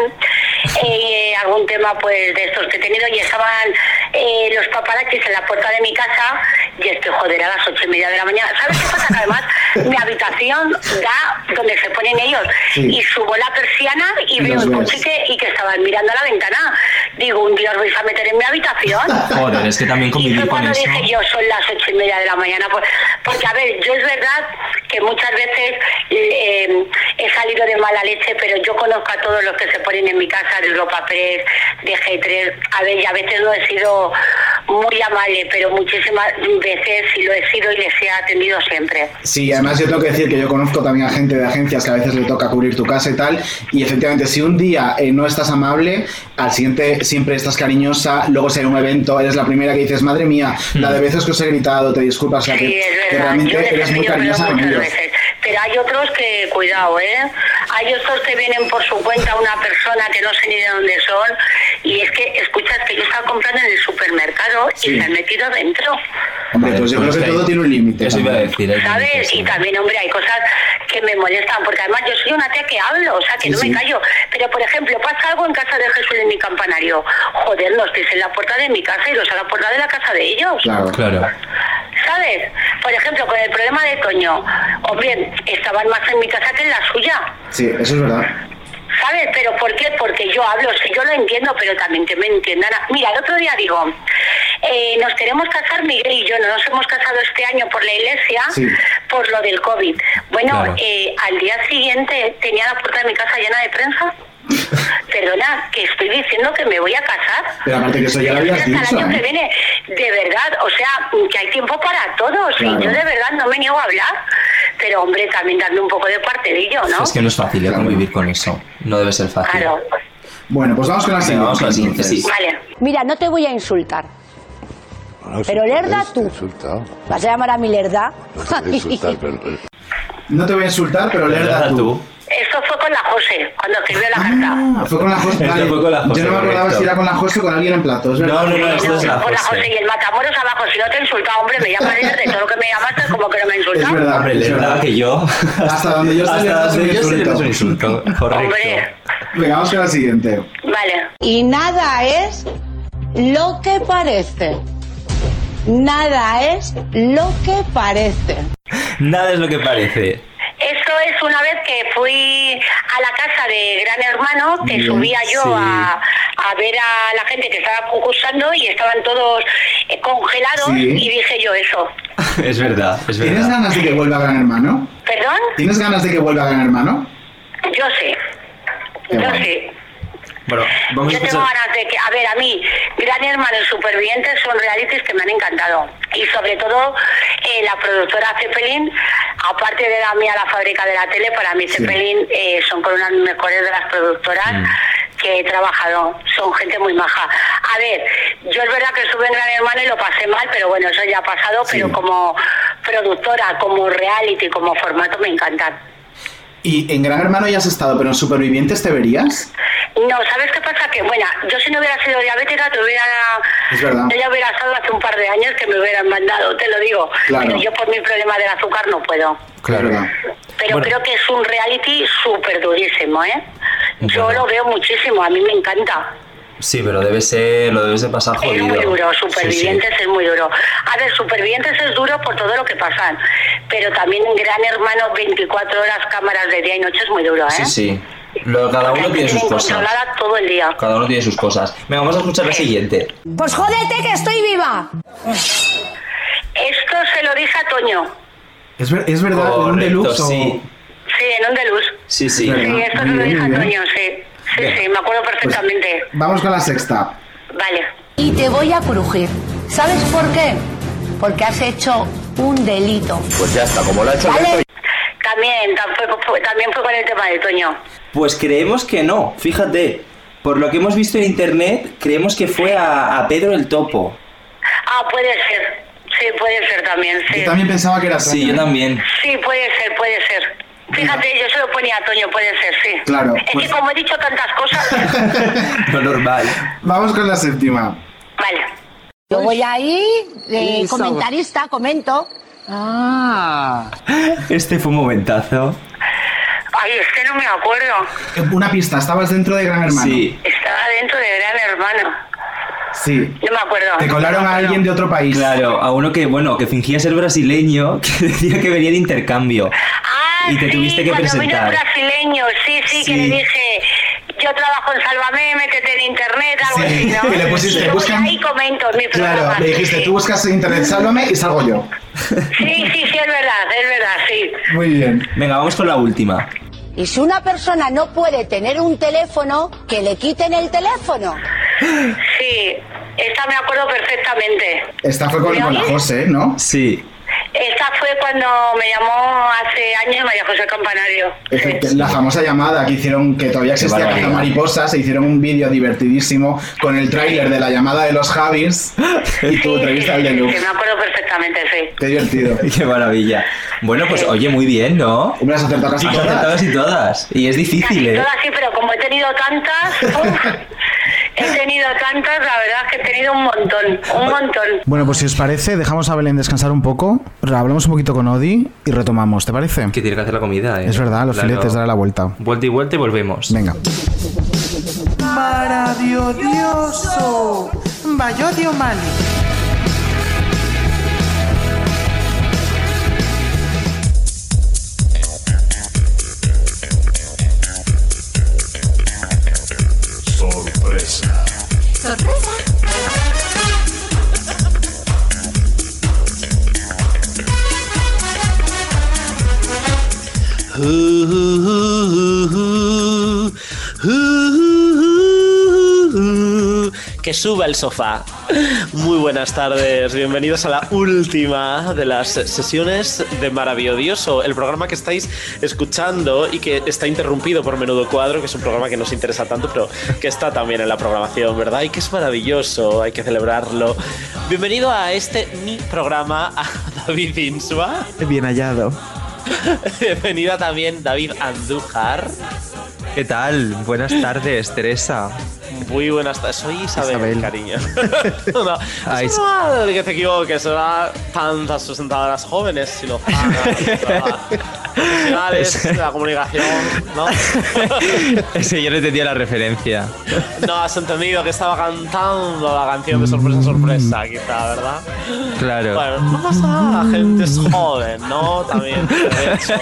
S3: eh, algún tema pues de estos que he tenido y estaban eh, los paparazzis en la puerta de mi casa y estoy joder a las ocho y media de la mañana. ¿Sabes qué pasa? Que además mi habitación da donde se ponen ellos
S1: Sí.
S3: y subo la persiana y
S1: Y
S3: veo
S1: los
S3: el
S1: ves.
S3: coche y que estaban mirando a la ventana. Digo, un día os vais a meter en mi habitación.
S2: Joder, es que también
S3: Y
S2: convivir
S3: fue
S2: con
S3: cuando
S2: eso.
S3: dije yo, son las ocho y media de la mañana. por- Porque, a ver, yo es verdad que muchas veces eh, he salido de mala leche, pero yo conozco a todos los que se ponen en mi casa de Europa Press, de G3. A ver, y a veces no he sido muy amable, pero muchísimas veces sí lo he sido y les he atendido siempre.
S1: Sí, además yo tengo que decir que yo conozco también a gente de agencias que a veces le toca cubrir tu casa y tal, y efectivamente si un día eh, no estás amable, al siguiente siempre estás cariñosa, luego si hay un evento, eres la primera que dices, madre mía, la
S2: Mm.
S1: de veces que os he gritado, te disculpas, o sea,
S3: Sí,
S1: que,
S3: es
S1: que
S3: verdad. Yo les
S1: realmente
S3: he
S1: eres muy
S3: pedido perdón
S1: cariñosa con
S3: muchas
S1: ellos.
S3: veces. Pero hay otros que, cuidado, ¿eh? Hay otros que vienen por su cuenta una persona que no sé ni de dónde son. Y es que, escuchas, que yo estaba comprando en el supermercado
S1: Sí.
S3: y se han metido dentro.
S1: Hombre, pues yo creo que todo tiene un límite.
S2: Eso iba a
S1: también.
S2: decir. hay límites,
S3: ¿Sabes?
S2: sí.
S3: Y también, hombre, hay cosas que me molestan, porque además yo soy una tía que hablo, o sea, que
S1: Sí,
S3: no
S1: sí.
S3: me callo. Pero, por ejemplo, pasa algo en casa de Jesús en mi campanario. Joder, no estéis en la puerta de mi casa y los a la puerta de la casa de ellos.
S1: Claro.
S2: Claro.
S3: ¿Sabes? Por ejemplo, con el problema de Toño. Hombre, estaban más en mi casa que en la suya.
S1: Sí, eso es verdad.
S3: ¿Sabes? ¿Pero por qué? Porque yo hablo, sí, yo lo entiendo, pero también que me entiendan. a- Mira, el otro día digo, eh, nos queremos casar Miguel y yo, no nos hemos casado este año por la iglesia,
S1: Sí.
S3: por lo del COVID. Bueno,
S2: Claro.
S3: eh, al día siguiente tenía la puerta de mi casa llena de prensa. Perdona, que estoy diciendo que me voy a casar.
S1: Pero aparte que eso ya lo
S3: Pero
S1: habías
S3: es hasta el
S1: dicho,
S3: año
S1: ¿eh?
S3: que viene, de verdad, o sea, que hay tiempo para todos.
S1: Claro.
S3: Y yo de verdad no me niego a hablar, pero hombre, también dando un poco de parte de ello, ¿no?
S2: Es que no es fácil eh,
S1: Claro.
S2: convivir con eso. No debe ser fácil.
S3: Claro.
S1: Bueno, pues vamos con la siguiente.
S2: Venga, vamos a la siguiente, sí.
S1: entonces.
S3: Vale.
S7: Mira, no te voy a insultar. Pero lerda tú. ¿Vas a llamar a mi lerda?
S1: No te voy a insultar, pero leerla
S2: eh. Lerda
S1: tú.
S2: tú.
S3: Esto fue con la José, cuando escribió la carta.
S1: Ah, fue con la José.
S2: Este
S1: vale.
S2: fue con la José,
S1: Yo no me acordaba
S2: correcto.
S1: si era con la José o con alguien en platos.
S2: No, no, no, esto es la
S3: con la José y
S2: José.
S3: el Matamoros abajo. Si no te he insultado, hombre, me llamas de todo lo que me llamaste, como que no me
S1: Es
S3: insultado.
S1: verdad.
S2: Hombre,
S1: es
S2: Lerda
S1: verdad.
S2: que yo.
S1: Hasta donde yo sé, Lerda
S2: Hasta
S1: es un
S2: donde yo sé, Lerda es un
S1: insulto.
S2: insulto. Correcto.
S3: Hombre.
S1: Venga, vamos con la siguiente.
S3: Vale.
S7: Y nada es lo que parece. Nada es lo que parece.
S2: Nada es lo que parece.
S3: Eso es una vez que fui a la casa de Gran Hermano, que
S1: Bien,
S3: subía yo
S2: sí.
S3: a, a ver a la gente que estaba concursando y estaban todos eh, congelados
S1: Sí.
S3: y dije yo eso.
S2: Es verdad, es
S1: ¿Tienes
S2: verdad.
S1: ganas de que vuelva Gran Hermano?
S3: ¿Perdón?
S1: ¿Tienes ganas de que vuelva Gran Hermano?
S3: Yo sé.
S1: Qué
S3: Yo
S1: guay.
S3: sé.
S2: Bueno, vamos a
S3: Yo tengo
S2: escuchar.
S3: ganas de que, a ver, a mí, Gran Hermano y Supervivientes son realities que me han encantado. Y sobre todo, eh, la productora Zeppelin, aparte de la mía, la fábrica de la tele, para mí
S1: Sí. Mm.
S3: Zeppelin eh, son con unas mejores de las productoras que he trabajado. Son gente muy maja. A ver, yo es verdad que estuve en Gran Hermano y lo pasé mal, pero bueno, eso ya ha pasado,
S1: Sí.
S3: pero como productora, como reality, como formato me encantan.
S1: Y en Gran Hermano ya has estado, pero en Supervivientes te verías.
S3: No, ¿sabes qué pasa? Que, bueno, yo si no hubiera sido diabética, te hubiera.
S1: Es verdad.
S3: Yo ya hubiera estado hace un par de años que me hubieran mandado, te lo digo.
S1: Claro.
S3: Pero yo por mi problema del azúcar no puedo.
S2: Claro.
S1: Es verdad.
S3: Pero
S2: Bueno.
S3: creo que es un reality súper durísimo, ¿eh? Yo
S2: Bueno.
S3: lo veo muchísimo, a mí me encanta.
S2: Sí, pero debe ser, lo debes de pasar jodido.
S3: Es muy duro,
S2: Sí, sí.
S3: Supervivientes es muy duro. A ver, Supervivientes es duro por todo lo que pasan, pero también Gran Hermano 24 horas cámaras de día y noche es muy duro, ¿eh?
S2: Sí, sí. Lo- cada
S3: La
S2: uno tiene
S3: gente
S2: sus
S3: tiene
S2: cosas.
S3: controlada todo el día.
S2: Cada uno tiene sus cosas. Venga, vamos a escuchar la siguiente.
S7: Pues jódete que estoy viva.
S3: Esto se lo dije a Toño.
S1: Es, ver- es verdad, en un
S2: Correcto,
S1: deluxe. o-
S2: sí.
S3: Sí, en Ondeluz.
S2: Sí, sí.
S1: Espera.
S3: Sí, esto
S1: muy
S3: se lo
S1: bien,
S3: dije a
S1: muy bien.
S3: Toño,
S1: Pues-
S3: sí. Sí,
S2: Bien.
S3: sí, me acuerdo perfectamente.
S1: Vamos con la sexta.
S3: Vale.
S7: Y te voy a crujir. ¿Sabes por qué? Porque has hecho un delito.
S9: Pues ya está, como lo ha hecho
S7: ¿Vale?
S3: También, tam- fue- fue- también fue con el tema de Toño.
S2: Pues creemos que no, fíjate. Por lo que hemos visto en internet, creemos que fue a, a Pedro el Topo.
S3: Ah, puede ser. Sí, puede ser también, sí.
S1: Yo también pensaba que era
S2: Sí,
S1: Toño,
S2: yo
S1: ¿eh?
S2: también.
S3: Sí, puede ser, puede ser. Sí, fíjate, yo se lo ponía a Toño, puede ser, sí.
S1: Claro,
S3: Es
S1: pues-
S3: que como he dicho tantas cosas,
S2: Lo normal.
S1: Vamos con la séptima.
S3: vale.
S7: Yo voy ahí, de
S6: Sí, sabor.
S7: comentarista, comento.
S6: Ah.
S2: Este fue un momentazo.
S3: Ay, es que no me acuerdo.
S1: Una pista, estabas dentro de Gran Hermano.
S2: Sí.
S3: Estaba dentro de Gran Hermano.
S1: Sí.
S3: No me acuerdo.
S1: Te colaron a alguien de otro país.
S2: Claro, a uno que, bueno, que fingía ser brasileño, que decía que venía de intercambio.
S3: Ah,
S2: Y te
S3: sí,
S2: tuviste que
S3: cuando vino
S2: presentar.
S3: el brasileño, sí, sí,
S2: Sí.
S3: que le dije, yo trabajo en Sálvame, métete en internet, algo
S1: Sí,
S3: así, ¿no?
S1: y le pusiste,
S3: Yo voy
S1: buscan-
S3: ahí y comento mi programa.
S1: Claro, le dijiste,
S3: sí.
S1: tú buscas en internet, sálvame y salgo yo.
S3: Sí, sí, sí, es verdad, es verdad, sí.
S1: Muy bien.
S2: Venga, vamos con la última.
S7: Y si una persona no puede tener un teléfono, que le quiten el teléfono.
S3: Sí, esta me acuerdo perfectamente.
S1: Esta fue con,
S3: ¿Me
S1: con la
S3: oyes?
S1: José, ¿no?
S2: Sí.
S3: Esta fue cuando me llamó hace años María José Campanario. Sí.
S6: Pues,
S1: Efecti- La famosa llamada que hicieron, que todavía existía
S2: barbaridad.
S1: Caza Mariposas, se hicieron un vídeo divertidísimo con el tráiler de la llamada de los Javis y tu
S3: Sí,
S1: entrevista al
S3: sí, sí,
S1: Deluxe.
S3: sí, me acuerdo perfectamente, sí.
S1: Qué divertido.
S2: Qué maravilla. Bueno,
S1: Eh,
S2: pues oye, muy bien, ¿no?
S1: Hombre, has acertado casi
S2: Has
S1: todas.
S2: acertado casi todas. Y es
S3: Casi
S2: difícil, ¿eh?
S3: todas sí, pero como he tenido tantas, uf, he tenido tantas, la verdad es que he tenido un montón, un montón.
S10: Bueno, pues si os parece, dejamos a Belén descansar un poco, hablamos un poquito con Odi y retomamos, ¿te parece?
S2: Que tiene que hacer la comida, ¿eh?
S10: Es verdad, los
S2: Claro.
S10: filetes, daré la vuelta.
S2: Vuelta y vuelta y volvemos.
S10: Venga.
S6: Maravilloso. Bayodio Mali.
S9: Que suba el sofá. Muy buenas tardes, bienvenidos a la última de las sesiones de Maravilloso, el programa que estáis escuchando y que está interrumpido por Menudo Cuadro, que es un programa que nos interesa tanto, pero que está también en la programación, ¿verdad? Y que es maravilloso, hay que celebrarlo. Bienvenido a este mi programa, a David Insua.
S6: Bien hallado.
S9: Bienvenida también David Andújar.
S2: ¿Qué tal? Buenas tardes, Teresa.
S9: Muy buenas tardes. Soy Isabel,
S6: Isabel.
S9: cariño. no,
S2: Ay,
S9: es
S2: sí.
S9: normal que te equivoques. Será tantas presentadoras jóvenes, sino profesionales, de la comunicación, ¿no?
S2: Ese yo no entendía la referencia.
S9: No has entendido que estaba cantando la canción de sorpresa, sorpresa, quizá, ¿verdad?
S2: Mm. Claro.
S9: Bueno, no pasa nada, la gente es joven, ¿no? También, de hecho.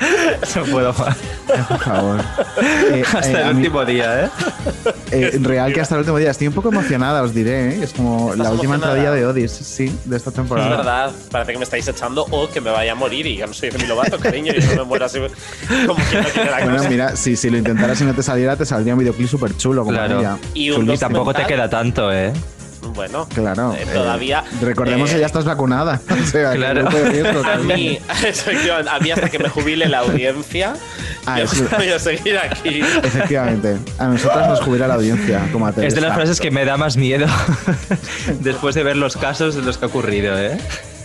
S2: No puedo más.
S6: Por favor. Eh, eh,
S2: Hasta
S6: a
S2: el
S6: mí-
S2: último día, ¿eh?
S6: eh, real que hasta el último día. Estoy un poco emocionada, os diré. ¿eh? Es como
S9: ¿Estás
S6: la última
S9: emocionada?
S6: entradilla de Odis, sí, de esta
S9: Es
S6: temporada.
S9: verdad, parece que me estáis echando o que me vaya a morir y yo no soy Demi Lovato, cariño, yo no me muero así pues, como que no tiene la
S6: Bueno,
S9: cosa.
S6: mira, si, si lo intentaras y no te saliera, te saldría un videoclip súper chulo como ella.
S9: Y un
S2: Y tampoco te
S9: documental.
S2: queda tanto, ¿eh?
S9: Bueno,
S6: Claro.
S9: eh,
S6: eh,
S9: todavía.
S6: recordemos
S9: eh,
S6: que ya estás vacunada. O sea, que
S2: Claro.
S6: no puedes riesgo,
S9: A
S6: claro.
S9: mí, efectivamente, a mí hasta que me jubile la audiencia,
S6: Ah,
S9: yo
S6: es-
S9: voy a seguir aquí.
S6: Efectivamente. A nosotros nos jubila la audiencia, como a
S2: Es de las
S6: Teresa.
S2: frases que me da más miedo después de ver los casos en los que ha ocurrido, ¿eh?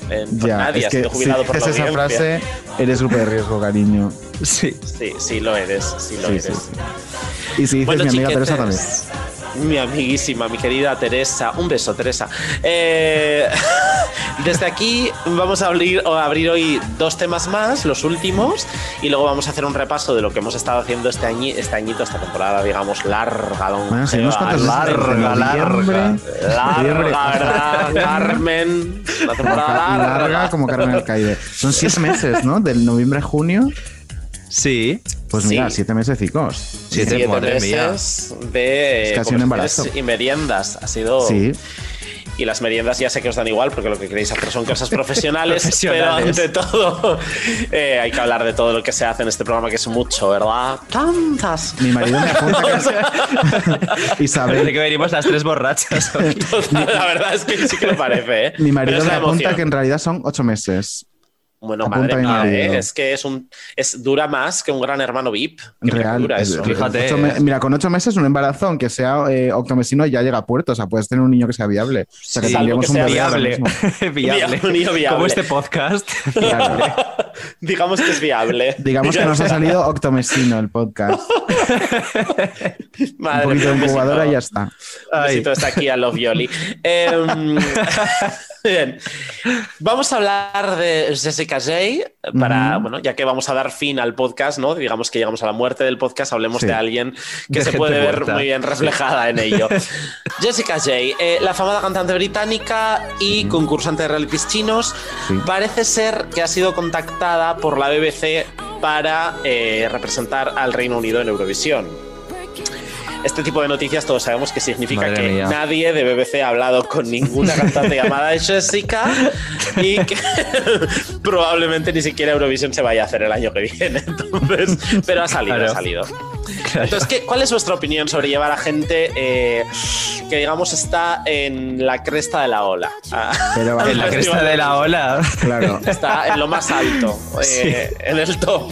S9: Eh, pues
S6: Ya,
S9: nadie
S6: es
S9: ha
S6: que
S9: sido jubilado
S6: si
S9: por la
S6: haces esa
S9: audiencia.
S6: frase, eres grupo de riesgo, cariño.
S2: Sí.
S9: Sí, sí lo eres, sí lo
S6: Sí,
S9: eres.
S6: sí, Y si dices mi amiga
S9: chiquetes,
S6: Teresa también.
S9: Mi amiguísima, mi querida Teresa. Un beso, Teresa. Eh, desde aquí vamos a abrir, a abrir hoy dos temas más, los últimos, y luego vamos a hacer un repaso de lo que hemos estado haciendo este, añi- este añito, esta temporada, digamos, larga, longeva,
S6: Bueno, sí, unos cuantos meses desde
S9: larga, larga,
S6: noviembre, noviembre.
S9: larga, ¿verdad, Carmen? La temporada larga.
S6: Larga como Carmen Alcaide. Son siete meses, ¿no? Del noviembre a junio.
S2: Sí.
S6: Pues mira,
S9: Sí.
S6: siete meses, chicos.
S2: Siete,
S9: Siete
S2: madre mía.
S9: meses
S6: Es
S9: de
S6: casi un
S9: comerciales
S6: embarazo.
S9: y meriendas. Ha sido
S6: Sí.
S9: Y las meriendas ya sé que os dan igual porque lo que queréis hacer son cosas profesionales,
S2: Profesionales.
S9: pero ante todo eh, hay que hablar de todo lo que se hace en este programa que es mucho, ¿verdad? Tantas.
S6: Mi marido me apunta
S9: este
S6: que
S2: Parece
S6: Isabel.
S2: que venimos las tres borrachas. hoy.
S9: Total, la verdad es que sí que lo parece, ¿eh?
S6: Mi
S9: Pero
S6: marido
S9: es
S6: me
S9: la
S6: apunta
S9: emoción.
S6: que en realidad son ocho meses.
S9: Bueno,
S1: Apunta
S9: madre
S1: ahí,
S9: mía,
S1: marido.
S9: ¿eh? es que es un es dura más que un gran hermano VIP. Qué
S1: Real.
S9: locura
S1: es-
S9: eso.
S1: ocho me- mira, con ocho meses un embarazo, aunque sea eh, octomesino, ya llega a puerto. O sea, puedes tener un niño que sea viable. O sea, que
S9: Sí,
S1: tendríamos
S9: que
S1: un
S9: sea
S1: bebé ahora
S9: viable.
S1: mismo.
S9: viable. Un niño viable.
S2: Como este podcast.
S9: Digamos que es viable.
S1: Digamos que nos ha salido octomesino el podcast. un poquito
S9: Madre mía,
S1: de
S9: un besito.
S1: incubadora y ya está.
S9: Un besito está aquí a Love Yoli. Em, bien. Vamos a hablar de Jessica Jay para,
S1: Ujú.
S9: bueno, ya que vamos a dar fin al podcast, ¿no? Digamos que llegamos a la muerte del podcast, hablemos
S1: Sí.
S9: de alguien que
S2: De
S9: se
S2: gente
S9: puede ver
S2: muerta.
S9: muy bien reflejada en ello. Jessica Jay, eh, la famada cantante británica y concursante de realities chinos,
S1: Sí.
S9: parece ser que ha sido contactada por la BBC para eh, representar al Reino Unido en Eurovisión. Este tipo de noticias todos sabemos que significa
S2: Madre
S9: que
S2: mía.
S9: nadie de BBC ha hablado con ninguna cantante llamada Jessica y que probablemente ni siquiera Eurovisión se vaya a hacer el año que viene. Entonces, pero ha salido,
S2: Claro.
S9: ha salido. Entonces, ¿qué- ¿cuál es vuestra opinión sobre llevar a gente eh, que, digamos, está en la cresta de la ola? Ah,
S1: Pero
S2: En la
S1: vale,
S2: cresta de la ola.
S1: claro.
S9: está en lo más alto, eh, en el top.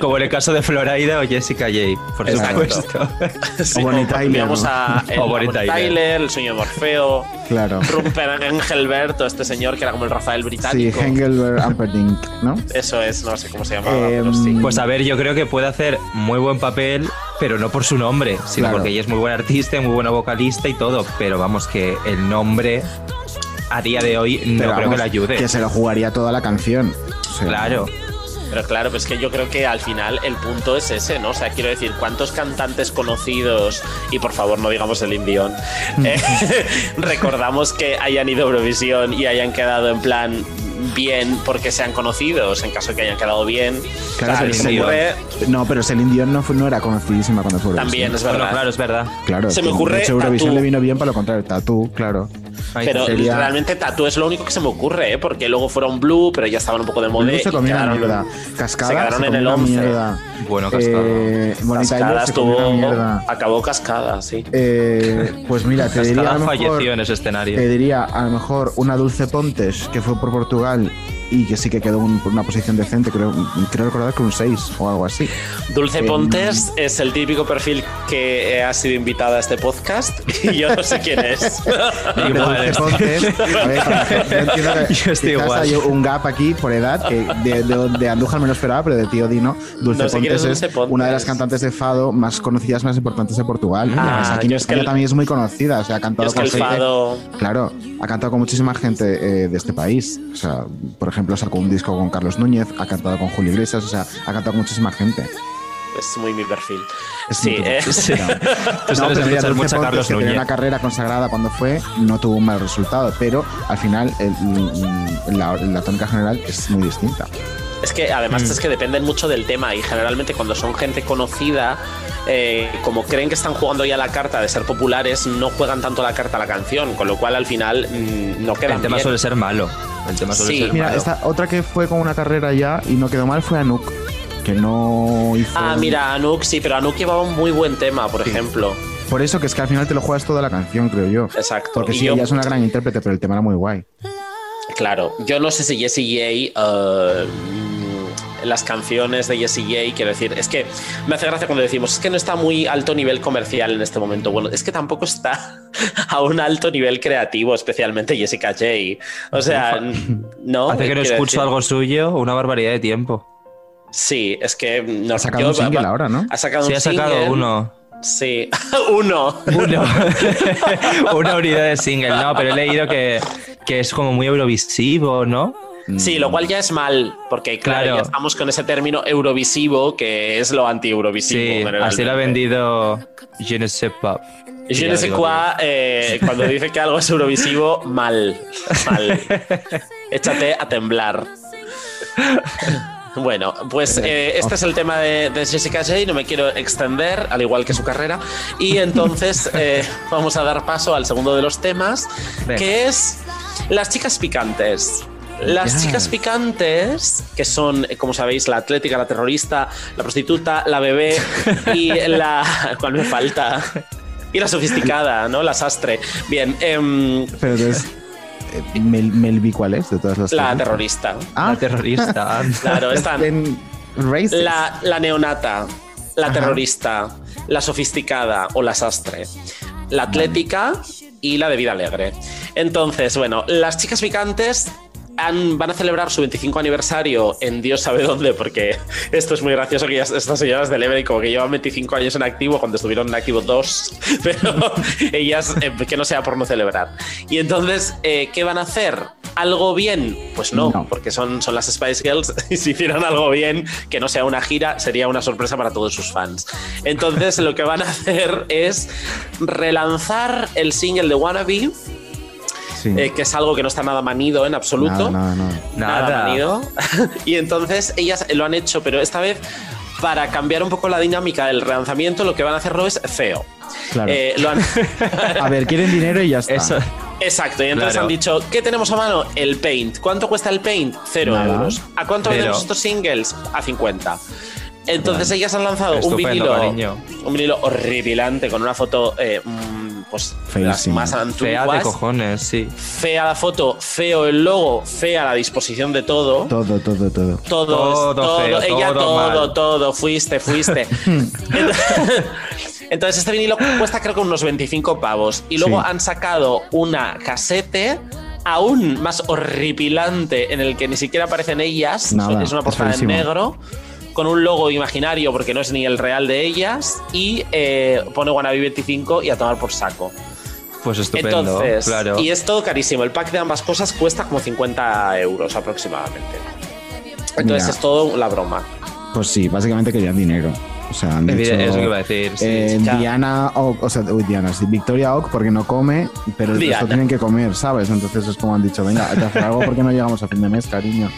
S2: Como en el caso de Floraida o Jessica J, por
S1: Exacto.
S2: supuesto.
S9: Sí,
S1: O Bonnie
S9: cuando
S1: Tyler,
S9: miramos
S1: ¿no?
S9: a el
S2: O Bonnie
S9: Bonnie
S2: Tyler.
S9: Tyler, el sueño de Morfeo,
S1: Claro.
S9: Rupert Engelberto, este señor que era como el Rafael
S1: Sí,
S9: británico.
S1: Hengelberg Amperdink, ¿no?
S9: Eso es, no sé cómo se llamaba,
S1: Eh,
S9: pero Ah, sí.
S2: Pues a ver, yo creo que puede hacer muy buen papel, pero no por su nombre, sino
S1: Claro.
S2: porque ella es muy buena artista, y muy buena vocalista y todo. Pero vamos, que el nombre a día de hoy
S1: Pero
S2: no creo que
S1: vamos,
S2: le ayude.
S1: Que se lo jugaría toda la canción. O sea,
S2: Claro.
S9: Pero claro, pues que yo creo que al final el punto es ese, ¿no? O sea, quiero decir, ¿cuántos cantantes conocidos, y por favor no digamos el Indión, recordamos que hayan ido a Eurovisión y hayan quedado en plan bien porque sean conocidos, en caso de que hayan quedado bien?
S1: Claro,
S9: O sea,
S1: pero
S9: se
S1: Celine
S9: me ocurre-
S1: Dion- no, pero Celine Dion no, fue, no era conocidísima cuando fue
S9: También,
S1: Eurovisión.
S9: es verdad.
S2: Bueno, claro, es verdad.
S1: Claro,
S9: Se me
S1: de
S9: ocurre
S1: hecho, Eurovisión
S9: Tatú.
S1: le vino bien para lo contrario, Tatú, claro.
S2: Ay,
S9: Pero
S1: sería-
S9: realmente Tatú es lo único que se me ocurre, ¿eh? porque luego fueron Blue, pero ya estaban un poco de moda.
S1: Blue se
S9: y
S1: comió la
S9: quedaron-
S1: mierda. Cascada
S9: se quedaron en
S1: comió
S9: el
S1: la
S9: 11.
S1: mierda.
S2: Bueno, Cascada.
S1: eh, Bonnie Tyler
S9: Cascada
S1: se comió la
S9: estuvo-
S1: mierda.
S9: acabó cascada, sí.
S1: Eh, pues mira, te diría a
S2: Cascada
S1: lo mejor,
S2: falleció en ese escenario.
S1: te diría a lo mejor una Dulce Pontes que fue por Portugal y que sí que quedó en una posición decente, creo, creo recordar que un 6 o algo así.
S9: Dulce
S1: Eh,
S9: Pontes es el típico perfil que eh, ha sido invitada a este podcast y yo no sé quién es.
S1: Pero Dulce Pontes, a ver, para- yo entiendo que
S2: Yo estoy
S1: quizás
S2: igual.
S1: hay un gap aquí por edad, que de, de, de Andújar me lo esperaba, pero de tío Dino, Dulce
S9: No sé quién
S1: Pontes
S9: es
S1: es,
S9: Dulce Pontes.
S1: una de las cantantes de fado más conocidas, más importantes de Portugal.
S9: Ah,
S1: Además, aquí en
S9: yo es que
S1: España
S9: el-
S1: también es muy conocida, o sea, ha cantado
S9: es que el
S1: con gente-
S9: fado.
S1: Claro, ha cantado con muchísima gente eh, de este país. O sea, por ejemplo, sacó un disco con Carlos Núñez, ha cantado con Julio Iglesias, o sea, ha cantado con muchísima gente.
S9: Es muy mi perfil.
S1: Es
S9: Sí,
S1: muy
S9: eh,
S1: difícil,
S9: sí.
S1: pero-
S2: Tú
S1: No,
S2: sabes
S1: pero mira,
S2: escuchar
S1: Dulce
S2: mucho a
S1: Pontes,
S2: Carlos
S1: que tenía
S2: Núñez.
S1: una carrera consagrada cuando fue, no tuvo un mal resultado, pero al final el- mm, la, la tónica general es muy distinta.
S9: Es que además
S2: Mm.
S9: es que dependen mucho del tema y generalmente cuando son gente conocida, eh, como creen que están jugando ya la carta de ser populares, no juegan tanto la carta a la canción, con lo cual al final mm, no quedan
S2: El tema
S9: bien.
S2: suele ser malo. El tema suele
S9: Sí.
S2: ser
S1: Mira,
S2: malo.
S1: esta otra que fue con una carrera ya y no quedó mal fue Anuk, que no hizo.
S9: Ah, mira, Anuk sí, pero Anuk llevaba un muy buen tema, por ejemplo.
S1: Por eso que es que al final te lo juegas toda la canción, creo yo.
S9: Exacto.
S1: Porque
S9: Y
S1: sí,
S9: yo-
S1: ella es una gran intérprete, pero el tema era muy guay.
S9: Claro, yo no sé si Jessie J. eh, mm, las canciones de Jessie J, quiero decir, es que me hace gracia cuando decimos, es que no está muy alto nivel comercial en este momento. Bueno, es que tampoco está a un alto nivel creativo, especialmente Jessica J. O sea, n- no.
S2: Hace que no
S9: Quiero
S2: escucho
S9: decir-
S2: algo suyo, una barbaridad de tiempo.
S9: Sí, es que mm, no
S1: Ha sacado un
S9: yo-
S1: single ahora, ¿no?
S9: Ha sacado
S2: Sí,
S9: un
S2: ha sacado
S9: single.
S2: uno.
S9: Sí, uno.
S2: Uno. una unidad de single, no, pero he leído que, que es como muy eurovisivo, ¿no?
S9: Sí, lo cual ya es mal, porque claro,
S2: Claro.
S9: ya estamos con ese término eurovisivo que es lo anti-eurovisivo.
S2: Sí, así lo ha
S9: generalmente.
S2: vendido Je ne sais pas.
S9: Je
S2: Ya
S9: ne
S2: lo
S9: sais
S2: digo
S9: quoi, eh, cuando dice que algo es eurovisivo, mal. Mal. Échate a temblar. Bueno, pues eh, este es el tema de, de Jessica J, no me quiero extender, al igual que su carrera. Y entonces eh, vamos a dar paso al segundo de los temas,
S2: Venga.
S9: que es las chicas picantes. Las
S2: Yes.
S9: chicas picantes, que son, eh, como sabéis, la atlética, la terrorista, la prostituta, la bebé y la... ¿Cuál me falta? Y la sofisticada, ¿no? La sastre. Bien, em,
S1: Pero entonces, eh, Mel, Melvi, ¿cuál es? De todas las
S9: La
S1: que-
S9: terrorista.
S1: Ah.
S2: terrorista.
S9: Claro, están.
S1: En Racist.
S9: La, la neonata, la
S1: Ajá.
S9: terrorista, la sofisticada o la sastre, la atlética y la de vida alegre. Entonces, bueno, las chicas picantes han- van a celebrar su 25 aniversario en Dios sabe dónde, porque esto es muy gracioso que ya estas señoras del Every como que llevan 25 años en activo cuando estuvieron en activo dos, pero ellas eh, que no sea por no celebrar. Y entonces, eh, ¿qué van a hacer? ¿Algo bien? Pues no,
S1: No.
S9: porque son, son las Spice Girls y si hicieran algo bien, que no sea una gira, sería una sorpresa para todos sus fans. Entonces, lo que van a hacer es relanzar el single de Wannabe,
S1: Sí.
S9: eh, que es algo que no está nada manido en
S1: Nada,
S9: absoluto
S1: nada, nada.
S9: nada,
S2: Nada.
S9: manido. y entonces ellas lo han hecho, pero esta vez para cambiar un poco la dinámica del relanzamiento, lo que van a hacerlo es feo.
S1: Claro.
S9: Eh, lo han-
S1: A ver, quieren dinero y ya está.
S2: Eso.
S9: Exacto, y entonces
S2: Claro.
S9: han dicho, ¿qué tenemos a mano? El paint. ¿Cuánto cuesta el paint? Cero
S1: Nada.
S9: euros. ¿A cuánto
S2: Cero.
S9: vendemos estos singles? A 50. Entonces ellas han lanzado un
S2: Estupendo,
S9: vinilo,
S2: cariño.
S9: un vinilo horripilante con una foto eh, mm, pues, de las
S1: Feísima.
S9: más
S2: Fea de
S9: antiguas.
S2: cojones, sí.
S9: Fea la foto, feo el logo, fea la disposición de todo
S1: Todo, todo, todo.
S9: todo,
S2: Todo
S9: todo,
S2: feo,
S9: ella
S2: todo
S9: todo,
S2: mal.
S9: todo, fuiste, fuiste. Entonces- Entonces este vinilo cuesta creo que unos 25 pavos y luego
S1: Sí.
S9: han sacado una casete aún más horripilante en el que ni siquiera aparecen ellas,
S1: Nada,
S9: es una
S1: es
S9: portada en
S1: feísimo.
S9: negro con un logo imaginario porque no es ni el real de ellas y eh, pone Wannabe 25 y a tomar por saco.
S2: Pues estupendo.
S9: Entonces,
S2: claro.
S9: y es todo carísimo. El pack de ambas cosas cuesta como 50 euros aproximadamente. Entonces
S1: Mira.
S9: es todo la broma.
S1: Pues sí, básicamente querían dinero. O sea, han
S2: Evidente-
S1: dicho,
S2: es lo que iba a decir, sí.
S1: eh,
S9: Ya.
S1: Diana Oak, o sea, uy, Diana, sí, Victoria Oak porque no come, pero el
S9: Diana.
S1: resto tienen que comer, ¿sabes? Entonces es como han dicho, venga, hay que hacer algo porque no llegamos a fin de mes, cariño.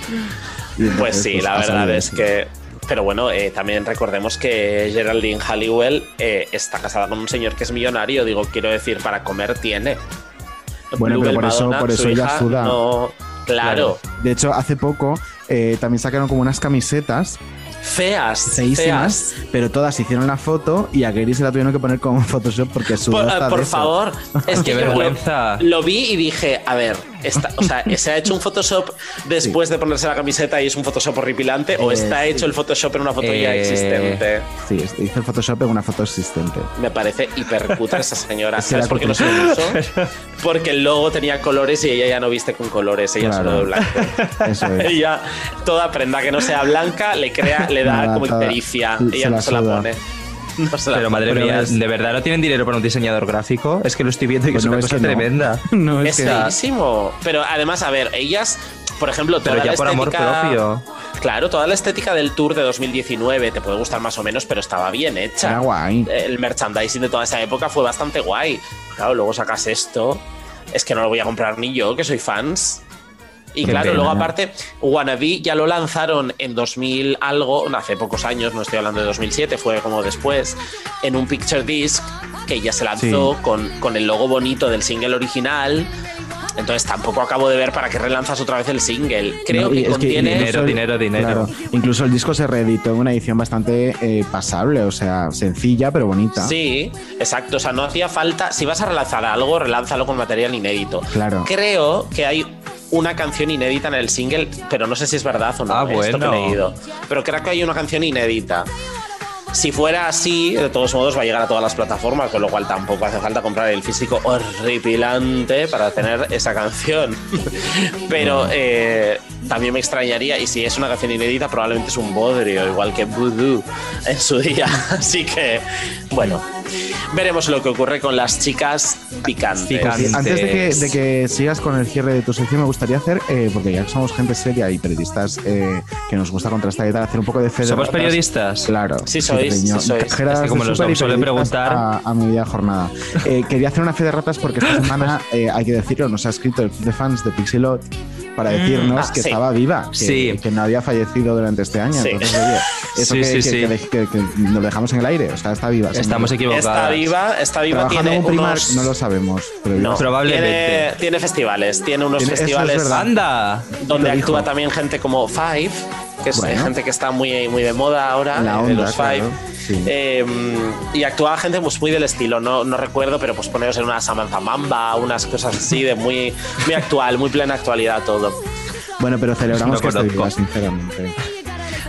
S1: Y entonces,
S9: Pues sí, la
S1: ha
S9: verdad
S1: salido
S9: es
S1: así.
S9: que. Pero bueno, eh, también recordemos que Geraldine Halliwell eh, está casada con un señor que es millonario. Digo, quiero decir, para comer tiene.
S1: Bueno, pero por eso- por
S9: su
S1: eso ella
S9: hija,
S1: suda.
S9: no- claro,
S1: De hecho, hace poco eh, también sacaron como unas camisetas
S9: Feas. Feas.
S1: feísimas, pero todas hicieron la foto y a Gary se la tuvieron que poner con Photoshop porque su
S9: Por, por favor, es que
S2: Qué
S9: yo lo-
S2: vergüenza.
S9: Lo, vi y dije, a ver, esta- o sea, se ha hecho un Photoshop después de ponerse la camiseta y es un Photoshop horripilante, o
S1: Eh,
S9: está
S1: sí.
S9: hecho el Photoshop en una foto ya
S2: Eh.
S9: existente.
S1: Sí, hizo el Photoshop en una foto existente.
S9: Me parece hipercuta esa señora.
S1: Sí, la
S9: ¿Sabes por qué no se lo uso? Porque el logo tenía colores y ella ya no viste con colores, ella
S1: Claro.
S9: solo de blanco.
S1: Eso es.
S9: ella, toda prenda que no sea blanca, le crea, le da
S1: Nada,
S9: como
S1: toda-
S9: ictericia.
S1: se
S9: Ella no
S1: la
S9: se la
S1: suda.
S9: pone. No se la
S2: Pero madre
S1: Pero
S2: mía,
S1: ves-
S2: ¿de verdad no tienen dinero para un diseñador gráfico? Es que lo estoy viendo y que
S1: Pues
S2: es
S1: no
S2: una
S1: ves
S2: cosa
S1: que no.
S2: tremenda.
S1: No,
S9: Es
S1: que-
S9: feísimo. Pero además, a ver, ellas, por ejemplo, toda
S2: Pero ya
S9: la
S2: por amor
S9: estética-
S2: propio.
S9: Claro, toda la estética del tour de 2019 te puede gustar más o menos, pero estaba bien hecha.
S1: Era guay.
S9: El merchandising de toda esa época fue bastante guay. Claro, luego sacas esto. Es que no lo voy a comprar ni yo, que soy fans. Y
S2: Qué
S9: claro,
S2: pena,
S9: luego
S2: ¿no?
S9: aparte, Wannabe ya lo lanzaron en 2000 algo, hace pocos años, no estoy hablando de 2007, fue como después, en un picture disc que ya se lanzó con, con el logo bonito del single original. Entonces tampoco acabo de ver para qué relanzas otra vez el single. Creo
S1: No, y
S9: que
S1: es
S9: contiene...
S1: incluso el-
S2: Dinero, dinero, dinero.
S1: claro, incluso el disco se reeditó en una edición bastante eh, pasable, o sea, sencilla pero bonita.
S9: Sí, exacto. O sea, no hacía falta. Si vas a relanzar algo, relánzalo con material inédito.
S1: Claro.
S9: Creo que hay una canción inédita en el single, pero no sé si es verdad o no.
S2: Ah,
S9: eh, esto que he
S2: bueno.
S9: leído. Pero creo que hay una canción inédita. Si fuera así, de todos modos va a llegar a todas las plataformas, con lo cual tampoco hace falta comprar el físico horripilante para tener esa canción. Pero eh, también me extrañaría, y si es una canción inédita, probablemente es un bodrio, igual que Voodoo en su día. Así que, bueno, veremos lo que ocurre con las chicas picantes.
S2: Picantes.
S1: Sí, Antes de que, de que sigas con el cierre de tu sección, me gustaría hacer, eh, porque ya que somos gente seria y periodistas eh, que nos gusta contrastar y tal, hacer un poco de fe de
S2: ¿Somos
S1: ratas.
S2: periodistas?
S1: Claro.
S9: Sí sois,
S1: cariño.
S9: sí sois.
S1: Cajeras
S2: Es que como
S1: de
S2: los
S1: súper y
S2: dom suelen
S1: periodistas ah,
S2: preguntar-
S1: A, a media jornada. Eh, quería hacer una fe de ratas porque esta semana, eh, hay que decirlo, nos ha escrito el club de fans de Pixelot para decirnos
S9: ah,
S1: que
S9: sí.
S1: estaba viva, que,
S2: Sí.
S1: que no había fallecido durante este año.
S9: Sí.
S1: Entonces, oye, eso
S2: Sí,
S1: que,
S2: sí,
S1: que-
S2: sí.
S1: que- que- que nos dejamos en el aire, o sea, está viva.
S2: Estamos
S1: señora.
S2: equivocados.
S9: Está viva, está viva,
S1: Trabajando
S9: tiene
S1: con primar,
S9: unos-
S1: no lo sabemos, pero viva
S9: No,
S1: está.
S2: Probablemente.
S9: Tiene, tiene festivales, tiene unos
S1: Tiene- eso es
S9: festivales
S1: verdad.
S2: ¡Anda!
S9: donde
S1: Lo dijo.
S9: actúa también gente como Five que es eh,
S6: Bueno.
S9: gente que está muy, muy de moda ahora,
S6: La
S9: eh, de
S6: onda,
S9: los Five.
S6: claro, sí.
S9: Eh, y actuaba gente pues, muy del estilo, no, no recuerdo, pero pues poneros en una Samantha Mamba, unas cosas así de muy, muy actual, muy plena actualidad todo.
S6: Bueno, pero celebramos
S9: No
S6: que esté
S9: conozco.
S6: viva, sinceramente.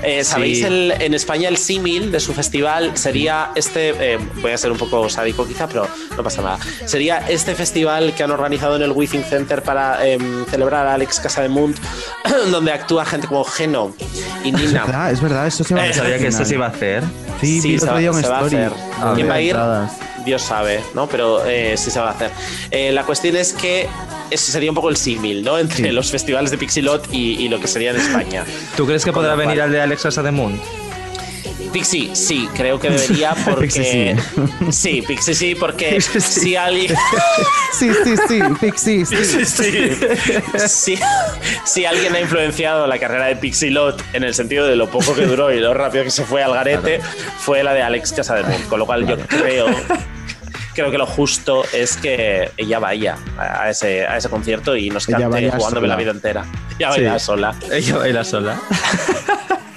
S9: Eh, ¿Sabéis?
S6: Sí.
S9: el- en España el símil de su festival sería este, eh, voy a ser un poco sádico quizá, pero no pasa nada, sería este festival que han organizado en el Withing Center para em, celebrar a Alex Casademunt, donde actúa gente como Geno y
S6: Es
S9: Nina.
S6: verdad, es verdad, eso se va a hacer.
S2: Eh, Sabía
S6: al
S2: que esto
S6: final.
S2: se iba a hacer.
S6: Sí, vi el
S9: se
S6: otro
S9: va-
S6: día una
S9: se va a
S6: story.
S9: hacer.
S6: Ah,
S9: ¿Quién
S6: de
S9: va a ir?
S6: entradas.
S9: Dios sabe, ¿no? Pero eh, sí se va a hacer. Eh, la cuestión es que ese sería un poco el símil, ¿no? Entre los festivales de Pixilot y, y lo que sería en España.
S2: ¿Tú crees que
S9: Con
S2: podrá
S9: lo cual-
S2: venir al de Alexa Sademund?
S9: Pixie, sí, creo que debería porque...
S2: Pixie,
S9: sí. Pixie sí, porque si alguien...
S6: Sí, sí, sí, Pixie, sí.
S9: Sí, sí. Si- si alguien ha influenciado la carrera de Pixie Lot en el sentido de lo poco que duró y lo rápido que se fue al garete, fue la de Alex Casademont. Con lo cual yo creo, creo que lo justo es que ella vaya a ese, a ese concierto y nos
S6: Ella
S9: cante
S6: vaya
S9: jugándome
S6: sola.
S9: la vida entera. Ella baila
S2: Sí.
S9: sola.
S2: Ella baila sola.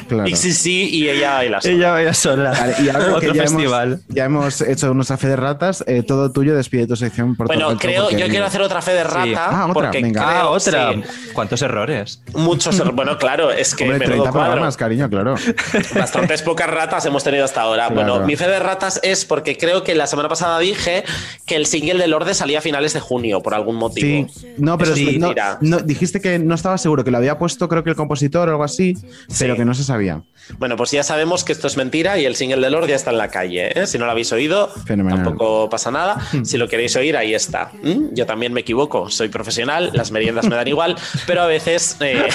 S6: Claro.
S9: Pixie sí y ella baila sola.
S2: Ella baila sola.
S6: Vale, y ahora que
S2: Otro
S6: ya
S2: festival.
S6: hemos, ya hemos hecho nuestra fe de ratas, eh, todo tuyo despide tu sección por
S9: Bueno,
S6: todo
S9: creo,
S6: porque-
S9: yo quiero hacer otra fe de rata.
S6: Ah, otra,
S9: porque
S6: venga.
S9: creo-
S2: Ah, otra.
S9: sí,
S2: ¿Cuántos errores?
S9: muchos. Bueno, claro, es que
S6: Hombre,
S9: menudo
S6: 30
S9: cuadro.
S6: programas, cariño, claro.
S9: Bastantes pocas ratas hemos tenido hasta ahora.
S6: Claro.
S9: Bueno, mi fe de ratas es porque creo que la semana pasada dije que el single de Lorde salía a finales de junio, por algún motivo.
S6: Sí. No, pero
S9: Eso es
S6: no,
S9: mentira.
S6: no, dijiste que no estaba seguro, que lo había puesto, creo que el compositor o algo así, pero que no se sabía.
S9: Bueno, pues ya sabemos que esto es mentira y el single de Lorde ya está en la calle. ¿eh? Si no lo habéis oído,
S6: Fenomenal.
S9: tampoco pasa nada. Si lo queréis oír, ahí está. ¿Mm? Yo también me equivoco, soy profesional, las meriendas me dan igual, pero a veces eh,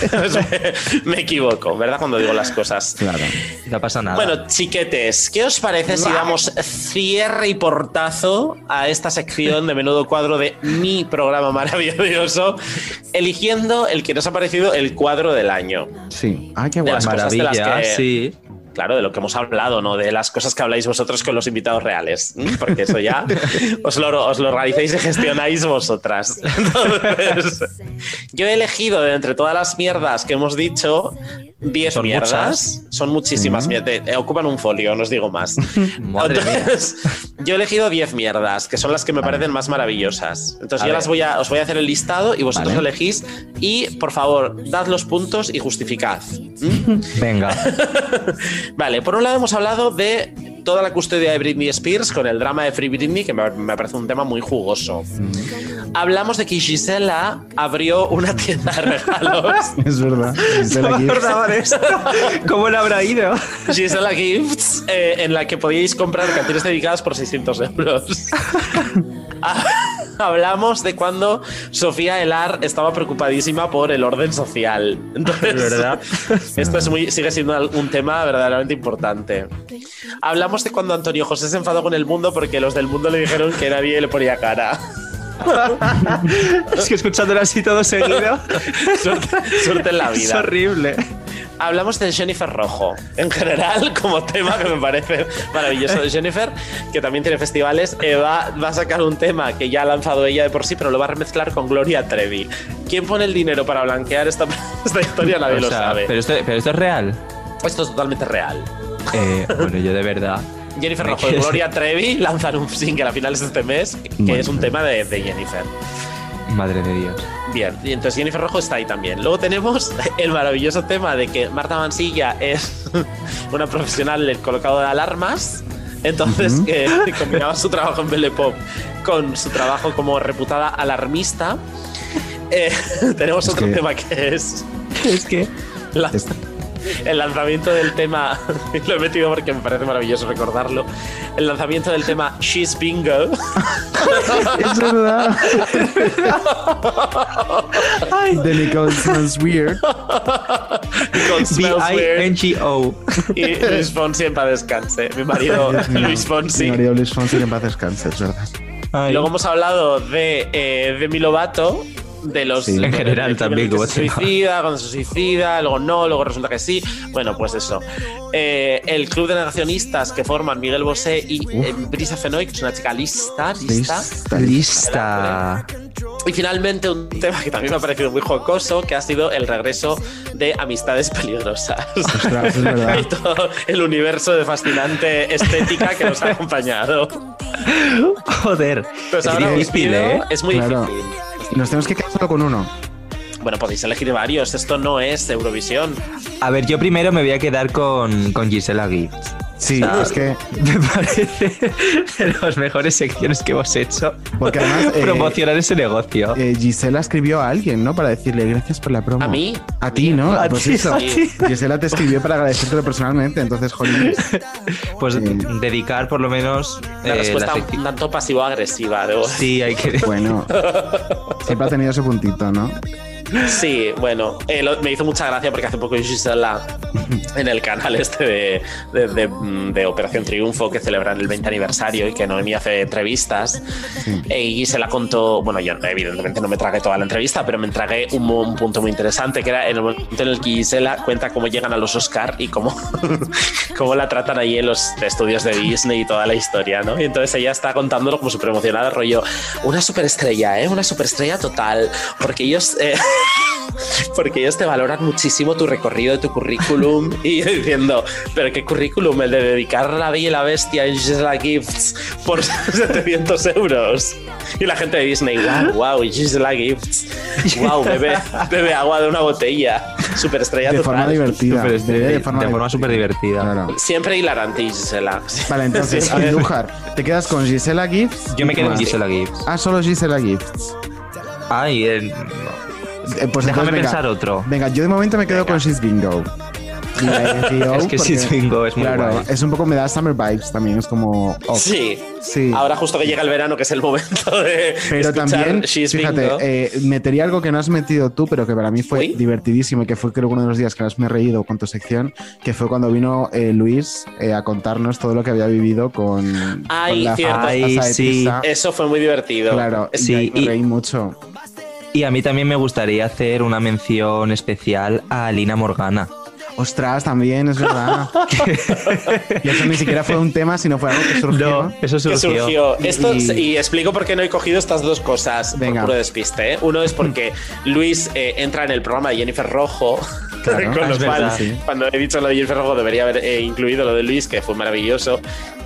S9: me equivoco, ¿verdad? Cuando digo las cosas.
S6: Claro.
S2: No pasa nada.
S9: Bueno, chiquetes, ¿qué os parece si damos cierre y portazo a esta sección de menudo cuadro de mi programa maravilloso, eligiendo el que nos ha parecido el cuadro del año?
S6: Sí. Ah, qué
S9: De
S6: guay.
S9: las cosas de las
S2: maravilla,
S9: que-
S2: sí.
S9: Claro, de lo que hemos hablado, ¿no? De las cosas que habláis vosotros con los invitados reales. ¿m? Porque eso ya os lo, os lo organizáis y gestionáis vosotras. Entonces, yo he elegido de entre todas las mierdas que hemos dicho, 10
S2: Son
S9: mierdas.
S2: muchas. Mm.
S9: Son muchísimas mierdas. Eh, Ocupan un folio, no os digo más.
S2: Madre
S9: Entonces, yo he elegido 10 mierdas, que son las que me parecen más maravillosas. Entonces,
S2: A
S9: yo
S2: ver.
S9: las voy a, os voy a hacer el listado y vosotros
S6: Vale.
S9: elegís. Y, por favor, dad los puntos y justificad.
S2: Venga.
S9: Vale, por un lado hemos hablado de toda la custodia de Britney Spears con el drama de Free Britney, que me, me parece un tema muy jugoso. Hablamos de que Gisela abrió una tienda de regalos,
S6: Es verdad. Gisela
S2: No me
S6: Gibbs.
S2: acordaba de esto. ¿Cómo le habrá ido?
S9: Gisela Gifts, eh, en la que podíais comprar canciones dedicadas por 600 euros. Ah, Hablamos de cuando Sofía Elar estaba preocupadísima por el orden social. Entonces,
S2: Es verdad.
S9: Esto es muy, sigue siendo al- un tema verdaderamente importante. Hablamos de cuando Antonio José se enfadó con el mundo porque los del mundo le dijeron que nadie le ponía cara.
S2: Es que escuchándolo así todo seguido.
S9: Suerte, suerte en la
S2: Es
S9: vida.
S2: horrible.
S9: Hablamos de Jennifer Rojo, en general, como tema que me parece maravilloso. De Jennifer, que también tiene festivales, eh, va, va a sacar un tema que ya ha lanzado ella de por sí, pero lo va a remezclar con Gloria Trevi. ¿Quién pone el dinero para blanquear esta, esta historia? Nadie
S2: O
S9: lo
S2: sea,
S9: sabe.
S2: Pero esto, pero esto es real.
S9: Esto es totalmente real.
S2: Eh, bueno, yo de verdad.
S9: Jennifer
S2: Me
S9: Rojo y
S2: quedé-
S9: Gloria Trevi lanzan un single a finales de este mes, que
S6: Bueno.
S9: es un tema de, de Jennifer.
S2: Madre de Dios.
S9: Bien, y entonces Jennifer Rojo está ahí también. Luego tenemos el maravilloso tema de que Marta Mansilla es una profesional del colocado de alarmas. Entonces, que combinaba su trabajo en Belle Pop con su trabajo como reputada alarmista. Eh, tenemos
S6: Es
S9: otro
S6: que-
S9: tema que es
S2: Es que.
S9: la-
S6: Es-
S9: el lanzamiento del tema, lo he metido porque me parece maravilloso recordarlo, el lanzamiento del tema She's Bingo.
S6: Es verdad. De Nicole Sounds Weird.
S9: con Smells Weird
S2: B-I-N-G-O.
S9: y Luis Fonsi en paz descanse, mi marido
S6: Dios mío.
S9: Luis Fonsi.
S6: Mi marido Luis Fonsi, que en paz descanse, es verdad.
S2: Ay.
S9: Luego hemos hablado de, eh, de Milovato, de los.
S6: Sí. En
S9: de- de-
S2: general
S9: de- de-
S2: también,
S9: que
S2: como
S9: se
S2: tema.
S9: suicida, cuando se suicida, luego no, luego resulta que sí. Bueno, pues eso. Eh, el club de negacionistas que forman Miguel Bosé y eh, Brisa Fenoy, que es una chica lista, lista.
S6: Lista.
S2: Lista.
S9: Y finalmente un tema que también me ha parecido muy jocoso, que ha sido el regreso de Amistades Peligrosas.
S1: Ostras, es verdad.
S9: Y todo el universo de fascinante estética que nos ha acompañado.
S2: Joder.
S9: Pues
S2: es
S9: ahora os
S2: difícil,
S9: pido-
S2: ¿eh?
S9: Es muy
S1: Claro.
S9: difícil.
S1: Nos tenemos que quedar solo con uno.
S9: Bueno, podéis elegir varios. Esto no es Eurovisión.
S2: A ver, yo primero me voy a quedar con, con Gisela Gibbs.
S1: Sí,
S2: Ah.
S1: es que.
S2: Me parece de las mejores secciones que hemos hecho.
S1: Porque además, eh,
S2: Promocionar ese negocio.
S1: eh, Gisela escribió a alguien, ¿no? Para decirle gracias por la promo.
S9: ¿A mí?
S1: A ti, ¿no?
S2: A
S1: Pues
S2: ti,
S1: eso.
S2: a ti.
S1: Gisela te escribió para agradecértelo personalmente, entonces, jolín.
S2: Pues
S1: eh,
S2: dedicar por lo menos.
S9: La
S2: eh,
S9: respuesta
S2: la
S9: un
S2: sección-
S9: tanto pasivo-agresiva. debo decir.
S2: Sí, hay que.
S1: Bueno, siempre ha tenido ese puntito, ¿no?
S9: Sí, bueno, eh, lo- me hizo mucha gracia porque hace poco Gisela en el canal este de, de- de- mm, de Operación Triunfo que celebran el 20 aniversario y que Noemí hace entrevistas. eh, Y se la contó, bueno, yo evidentemente no me tragué toda la entrevista, pero me tragué un, mo- un punto muy interesante que era en el momento en el que Gisela cuenta cómo llegan a los Oscar y cómo, cómo la tratan ahí en los estudios de Disney y toda la historia, ¿no? Y entonces ella está contándolo como súper emocionada, rollo, una superestrella, ¿eh? Una superestrella total, porque ellos... eh, porque ellos te valoran muchísimo tu recorrido, tu currículum. Y yo diciendo, pero qué currículum, el de dedicar la Bella y la Bestia en Gisela Gifts por 700 euros. Y la gente de Disney, wow, wow, Gisela Gifts, wow, bebe, bebe agua de una botella, superestrella
S1: De
S9: total.
S1: forma divertida.
S2: Súper
S1: bebé,
S2: divertida, de forma súper divertida.
S1: Claro.
S9: Siempre hilarante, Gisela.
S1: Vale, entonces,
S9: Sí, a ver.
S1: Andújar, ¿te quedas con Gisela Gifts?
S2: Yo me quedo
S1: Ah,
S2: con Gisela Gibbs.
S1: Ah, solo Gisela Gifts.
S2: Ay, eh,
S1: Eh, pues
S2: Déjame
S1: entonces, venga.
S2: pensar otro.
S1: Venga, yo de momento me quedo con She's Bingo. Y la NGO,
S2: Es que She's
S1: porque-
S2: Bingo es muy
S1: Claro,
S2: guay.
S1: es un poco me da summer vibes también, es como. oh,
S9: Sí.
S1: Sí.
S9: Ahora justo que llega el verano, que es el momento de
S1: Pero
S9: escuchar
S1: también,
S9: She's
S1: fíjate,
S9: Bingo.
S1: eh, metería algo que no has metido tú, pero que para mí fue
S9: Uy.
S1: divertidísimo y que fue creo que uno de los días que más me he reído con tu sección, que fue cuando vino eh, Luis eh, a contarnos todo lo que había vivido con,
S9: Ay,
S1: con la
S9: cierto.
S1: famosa
S2: Ay,
S1: casa de
S2: sí.
S1: Pisa.
S9: Eso fue muy divertido.
S1: Claro,
S2: Sí,
S1: sí, me
S2: y-
S1: reí mucho.
S2: y a mí también me gustaría hacer una mención especial a Alina Morgana.
S1: Ostras, también, es verdad. y eso ni siquiera fue un tema, sino fue algo que surgió.
S2: No, eso
S9: que
S2: surgió.
S9: surgió.
S1: Y-
S9: Esto, y... explico por qué no he cogido estas dos cosas
S1: Venga.
S9: por puro despiste. ¿eh? Uno es porque Luis eh, entra en el programa de Jennifer Rojo.
S1: Claro.
S9: con
S1: Ah,
S9: lo
S1: es verdad,
S9: cual,
S1: sí.
S9: cuando he dicho lo de Jennifer Rojo, debería haber eh, incluido lo de Luis, que fue maravilloso.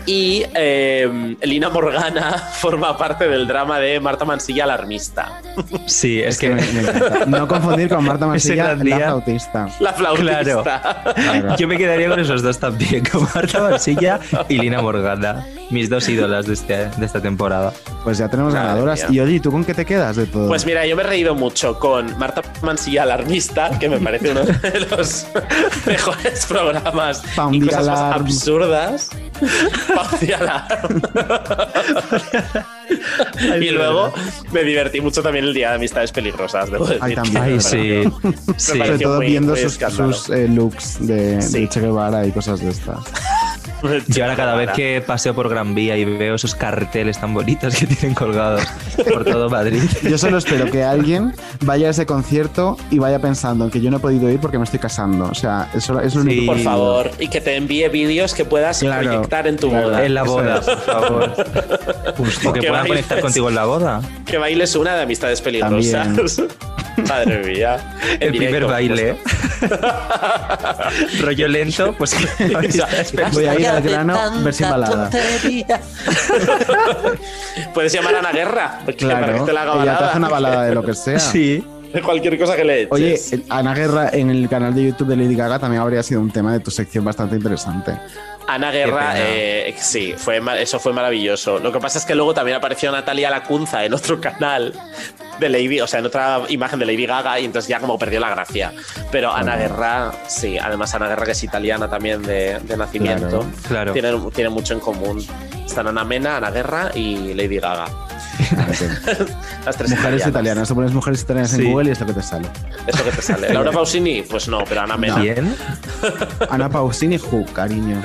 S9: Y eh, Lina Morgana forma parte del drama de Marta Mansilla alarmista.
S1: Ah.
S2: Sí, es,
S1: Es
S2: que.
S1: que me- me encanta. no confundir con Marta Mansilla,
S2: gran día.
S1: la autista.
S9: La flautista.
S1: Claro.
S2: Yo me quedaría con esos dos también, con Marta Marsilla y Lina Morgana, mis dos ídolas de, este- de esta temporada.
S1: Pues ya tenemos
S9: Madre
S1: ganadoras.
S9: mía.
S1: Y oye, ¿y ¿tú con qué te quedas de todo?
S9: Pues mira, yo me he reído mucho con Marta Mansilla Alarmista, que me parece uno de los mejores programas
S1: Pa' un
S9: y
S1: día
S9: cosas más
S1: alarm.
S9: absurdas. Pa' un día alarm. y luego me divertí mucho también el día de amistades peligrosas, debo decir.
S1: Ay, también.
S2: Ay, sí. Sí.
S1: Sobre
S9: pareció
S1: todo
S9: muy-
S1: viendo
S9: muy
S1: sus,
S9: escándalo.
S1: sus, eh, looks de,
S9: Sí.
S1: de Che Guevara y cosas de estas.
S9: Pues
S2: Yo ahora cada vez que paseo por Gran Vía y veo esos carteles tan bonitos que tienen colgados por todo Madrid.
S1: Yo solo espero que alguien vaya a ese concierto y vaya pensando que yo no he podido ir porque me estoy casando. O sea, eso es lo
S2: Sí.
S1: único.
S9: Por favor, y que te envíe vídeos que puedas
S1: Claro,
S9: proyectar en tu
S1: claro.
S9: boda.
S2: En la boda, por favor. O que
S9: Que
S2: puedan
S9: bailes.
S2: conectar contigo en la boda.
S9: Que bailes una de amistades peligrosas. Madre mía. En
S2: El
S9: directo,
S2: primer
S9: por
S2: baile. Rollo lento, pues que
S1: Voy a ir al grano, versión balada.
S9: Puedes llamar a Ana Guerra Pues que- para que
S1: Claro,
S9: te la haga
S1: ella te hace una balada de lo que sea.
S2: Sí.
S9: De cualquier cosa que le eches.
S1: Oye, Ana Guerra en el canal de YouTube de Lady Gaga también habría sido un tema de tu sección bastante interesante.
S9: Ana Guerra,
S2: Qué pena.
S9: eh, sí, fue ma- eso fue maravilloso. Lo que pasa es que luego también apareció Natalia Lacunza en otro canal de Lady, o sea, en otra imagen de Lady Gaga y entonces ya como perdió la gracia. Pero Ana Guerra, sí, además Ana Guerra que es italiana también de, de nacimiento,
S2: Claro.
S9: Tienen, tienen mucho en común. Están Ana Mena, Ana Guerra y Lady Gaga. Las tres
S1: mujeres italianas, tú pones mujeres italianas
S2: Sí.
S1: en Google y es lo que te sale.
S9: Eso que te sale. Laura Pausini, pues no, pero Ana Mena.
S2: Bien.
S1: Ana Pausini, ju, cariño.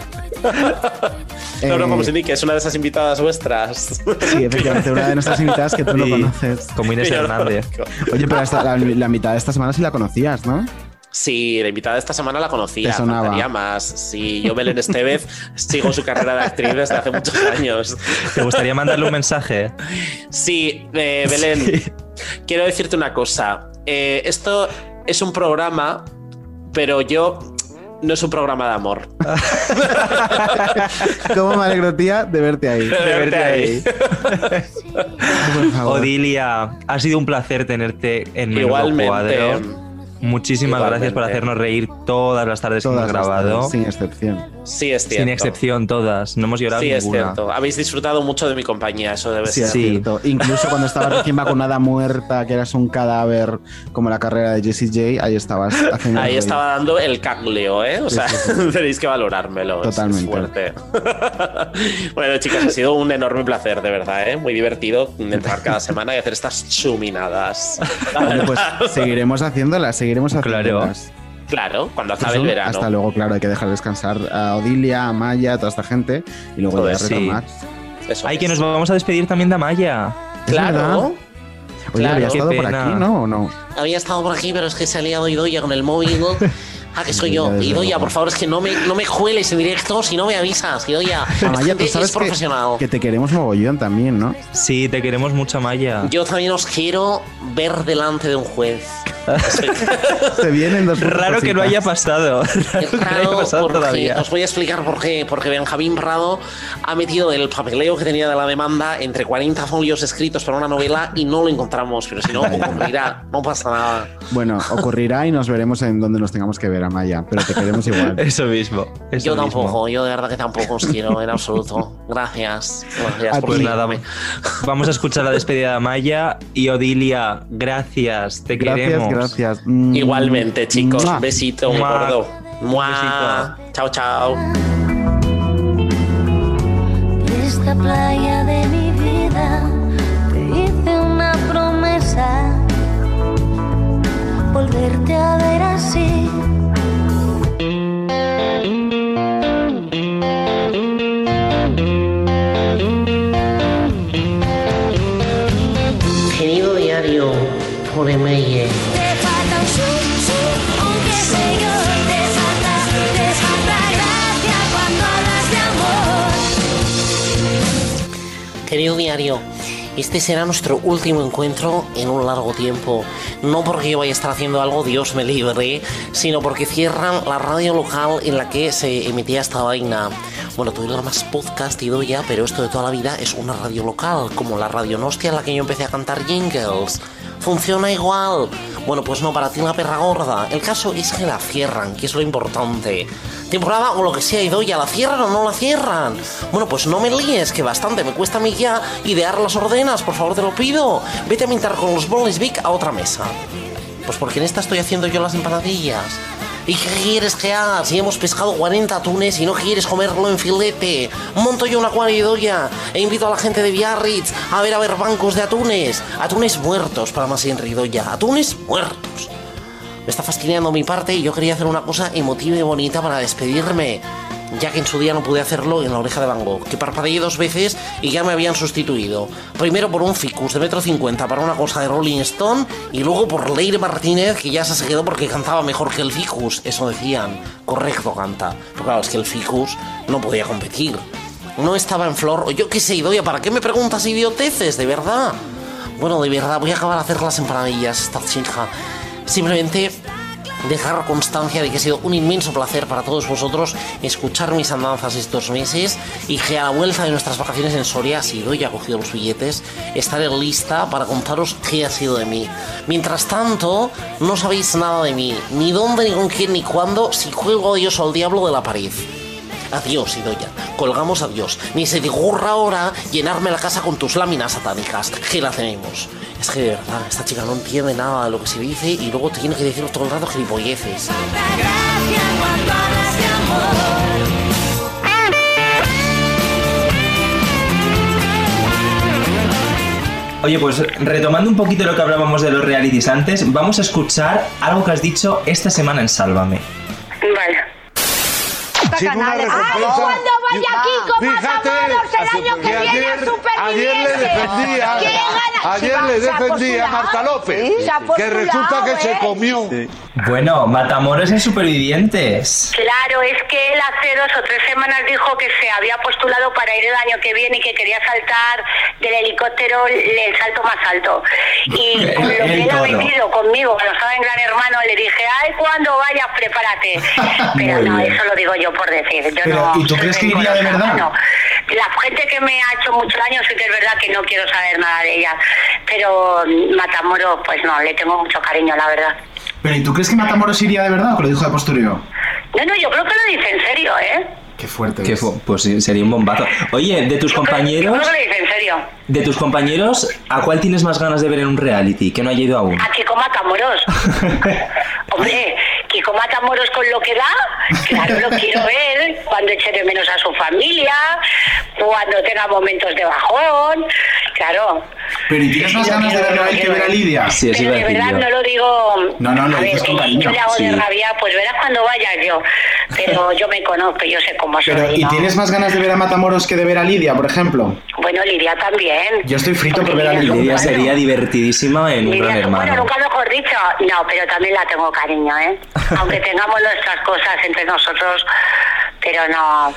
S9: Laura
S1: Eh,
S9: Pausini, que es una de esas invitadas vuestras.
S1: Sí, efectivamente, una de nuestras invitadas que tú no
S2: Sí.
S1: conoces.
S2: Como Inés
S9: Yo no la
S2: Hernández.
S9: conozco.
S1: Oye, pero hasta la, la mitad de esta semana sí la conocías, ¿no?
S9: Sí, la invitada de esta semana la conocía,
S1: Te sonaba.
S9: faltaría más. Sí, yo Belén Estevez sigo su carrera de actriz desde hace muchos años.
S2: ¿Te gustaría mandarle un mensaje?
S9: Sí, eh, Belén,
S6: quiero decirte una cosa. Eh, esto es un programa, pero yo no es un programa de amor.
S1: ¿Cómo me alegro, tía, de verte ahí?
S2: De verte ahí.
S1: Por favor.
S2: Odilia, ha sido un placer tenerte en Menudo
S6: Igualmente.
S2: Cuadro. Muchísimas
S6: Igualmente.
S2: gracias por hacernos reír todas las tardes
S1: Todas
S2: que
S1: las
S2: hemos grabado.
S1: tardes, sin excepción.
S6: Sí, es cierto.
S2: Sin excepción, todas. No hemos llorado
S6: Sí, es
S2: ninguna.
S6: cierto. Habéis disfrutado mucho de mi compañía, eso debe
S1: Sí,
S6: ser.
S1: es
S2: Sí.
S1: cierto. Incluso cuando estabas recién vacunada, muerta, que eras un cadáver, como la carrera de Jesse J, ahí estabas haciendo.
S6: Ahí
S1: reír.
S6: estaba dando el cacleo, ¿eh? O
S1: Sí,
S6: sea,
S1: sí,
S6: tenéis que valorármelo. es-
S1: Totalmente.
S6: Es fuerte. bueno, chicas, ha sido un enorme placer, de verdad, ¿eh? Muy divertido entrar cada semana y hacer estas chuminadas. La
S1: Oye, pues
S6: verdad.
S1: seguiremos haciéndolas, seguiremos
S2: Claro.
S1: haciéndolas.
S6: claro, cuando acabe
S1: Pues,
S6: el verano.
S1: Hasta luego, claro, hay que dejar descansar a Odilia, a Maya, a toda esta gente y luego
S6: Ah, Joder,
S1: ya
S2: sí.
S1: retomar.
S6: Eso
S2: Ay,
S6: es.
S2: que nos vamos a despedir también de Amaya.
S1: Es verdad.
S6: Claro.
S1: Oye,
S6: Claro.
S1: había
S6: Qué
S1: estado por
S2: pena.
S1: aquí, ¿no? ¿O no?
S6: Había estado por aquí, pero es que se ha liado Idoya con el móvil. ¿no? Ah, que soy
S1: Idoia,
S6: yo.
S1: desde
S6: Idoya,
S1: luego.
S6: por favor, es que no me, no me jueles en directo si no me avisas, Idoya.
S1: Amaya, tú
S6: Es-
S1: sabes
S6: es
S1: que,
S6: profesional.
S1: que te queremos mogollón también, ¿no?
S2: Sí, te queremos mucho, Amaya.
S6: Yo también os quiero ver delante de un juez.
S1: Se vienen dos
S2: Raro que no
S1: cositas.
S2: haya pasado. Raro
S6: Es
S2: que no haya
S6: raro
S2: pasado
S6: porque-
S2: todavía.
S6: Os voy a explicar por qué. Porque Benjamín Prado ha metido el papeleo que tenía de la demanda entre 40 folios escritos para una novela y no lo encontramos. Pero si no, ocurrirá, no pasa nada.
S1: Bueno, ocurrirá y nos veremos en donde nos tengamos que ver, Amaya, pero Pues te queremos igual.
S2: Eso mismo. eso
S6: yo
S2: mismo.
S6: tampoco, yo de verdad que tampoco os quiero en absoluto. Gracias. Gracias
S1: A
S6: por
S1: ti.
S2: Pues nada,
S6: seguirme.
S2: vamos a escuchar la despedida de Amaya y Odilia. Gracias, te
S1: Gracias,
S2: queremos.
S1: gracias. Mm.
S6: Igualmente, chicos.
S1: Mua.
S6: Besito,
S2: Mua.
S6: gordo. Mua.
S2: Besito.
S6: Chao, chao.
S4: Esta playa de mi vida te hice una promesa, volverte a ver así.
S6: Querido diario, por
S4: Te
S6: email.
S4: falta un zoom, zoom, un qué sé yo. Te falta, te falta gracia cuando hablas de amor.
S6: Querido diario, este será nuestro último encuentro en un largo tiempo. No porque yo vaya a estar haciendo algo, Dios me libre, sino porque cierran la radio local en la que se emitía esta vaina. Bueno, tuvieron más podcast y ya, pero esto de toda la vida es una radio local, como la radio Nostia en la que yo empecé a cantar jingles. Funciona igual. Bueno, pues no, para ti la perra gorda. El caso es que la cierran, que es lo importante. Temporada o lo que sea, Idoya, ¿la cierran o no la cierran? Bueno, pues no me líes, que bastante me cuesta a mí ya idear las ordenas, por favor te lo pido. Vete a mintar con los bolis Vic a otra mesa. Pues porque en esta estoy haciendo yo las empanadillas. ¿Y qué quieres que haga si hemos pescado 40 atunes y no quieres comerlo en filete? Monto yo una cuaridoria e invito a la gente de Biarritz a ver a ver bancos de atunes. Atunes muertos para más enridoya. Atunes muertos. Me está fastidiando mi parte y yo quería hacer una cosa emotiva y bonita para despedirme, ya que en su día no pude hacerlo en la oreja de Van Gogh, que parpadeé dos veces y ya me habían sustituido. Primero por un ficus de metro cincuenta para una cosa de Rolling Stone y luego por Leire Martínez, que ya se se quedó porque cantaba mejor que el ficus, eso decían. Correcto canta. Pero claro, es que el ficus no podía competir. No estaba en flor, o yo qué sé, Idoia, ¿para qué me preguntas idioteces, de verdad? Bueno, de verdad, voy a acabar de hacer las empanadillas, esta chica. Simplemente dejar constancia de que ha sido un inmenso placer para todos vosotros escuchar mis andanzas estos meses y que a la vuelta de nuestras vacaciones en Soria, si doy ha cogido los billetes, estaré lista para contaros qué ha sido de mí. Mientras tanto, no sabéis nada de mí, ni dónde, ni con quién, ni cuándo, si juego a Dios o al diablo de la pared. Adiós, Idoya. Colgamos adiós. Ni se te ocurra ahora llenarme la casa con tus láminas satánicas. Que la tenemos. Es que de verdad, esta chica no entiende nada de lo que se dice y luego tiene que decir todo el rato gilipolleces.
S4: Falta gracia cuando hablas de amor.
S2: Oye, pues retomando un poquito lo que hablábamos de los realities antes, vamos a escuchar algo que has dicho esta semana en Sálvame.
S3: Vale.
S5: Ay, cuando
S11: vaya aquí como
S12: Ah, Fíjate,
S11: Matamoros el
S12: a
S11: año
S12: su-
S11: que
S12: que
S11: viene a
S12: ayer-
S11: Supervivientes.
S12: ayer le defendí a-
S11: ¿Quién gana?
S12: ayer
S11: Se va-
S12: le
S11: se ha
S12: defendí a
S11: postulado.
S12: Marta
S11: Sí,
S12: López,
S11: se ha
S12: que
S11: postulado,
S12: resulta que se
S11: ¿eh?
S12: comió.
S2: Bueno, Matamoros en Supervivientes.
S3: Claro, es que él hace dos o tres semanas dijo que se había postulado para ir el año que viene y que quería saltar del helicóptero el salto más alto. Y con lo que
S2: El
S3: él ha
S2: toro.
S3: venido conmigo, cuando estaba en Gran Hermano, le dije, ay, cuando vayas, prepárate. Pero
S2: Muy
S3: no,
S2: bien.
S3: eso lo digo yo por decir. Yo
S1: Pero,
S3: no
S1: ¿y tú
S3: soy
S1: crees que
S3: ninguna
S1: iría de
S3: otra.
S1: verdad?
S3: Bueno, la gente que me ha hecho mucho daño sí que es verdad que no quiero saber nada de ella. Pero mm, Matamoros, pues no, le tengo mucho cariño, la verdad.
S1: Pero ¿y tú crees que Matamoros iría de verdad o que lo dijo de postureo?
S3: No, no, yo creo que lo dice en serio, ¿eh?
S1: Qué fuerte.
S2: Que fu- pues sí, sería un bombazo. Oye, de tus
S3: Yo
S2: compañeros,
S3: creo que lo dice en serio.
S2: de tus compañeros, ¿a cuál tienes más ganas de ver en un reality que no haya ido aún?
S3: A Kiko Matamoros. Hombre, Kiko Matamoros con lo que da, claro, lo quiero ver cuando eche de menos a su familia, cuando tenga momentos de bajón, claro.
S1: Pero ¿y tienes más
S3: Yo
S1: ganas de
S3: quiero
S1: verlo a él que
S3: quiero
S1: ver a Lidia?
S2: Sí, eso
S3: Pero
S2: iba a
S3: de
S2: decir
S3: verdad
S2: yo.
S3: no lo digo.
S1: No, no, lo
S3: a
S1: dices
S3: ver,
S1: con
S3: que
S1: cariño.
S3: Yo le hago de
S2: Sí.
S3: rabia, pues verás cuando vaya yo. Pero yo me conozco, yo sé cómo soy.
S1: Pero ¿y
S3: ¿no?
S1: tienes más ganas de ver a Matamoros que de ver a Lidia, por ejemplo?
S3: Bueno, Lidia también.
S1: Yo estoy frito
S3: Porque
S1: por ver a
S3: Lidia es un
S2: Lidia
S3: bueno.
S2: sería divertidísima en un
S3: Mira,
S2: gran
S3: bueno,
S2: hermano.
S3: nunca mejor dicho. No, pero también la tengo cariño, ¿eh? Aunque tengamos nuestras cosas entre nosotros, pero no.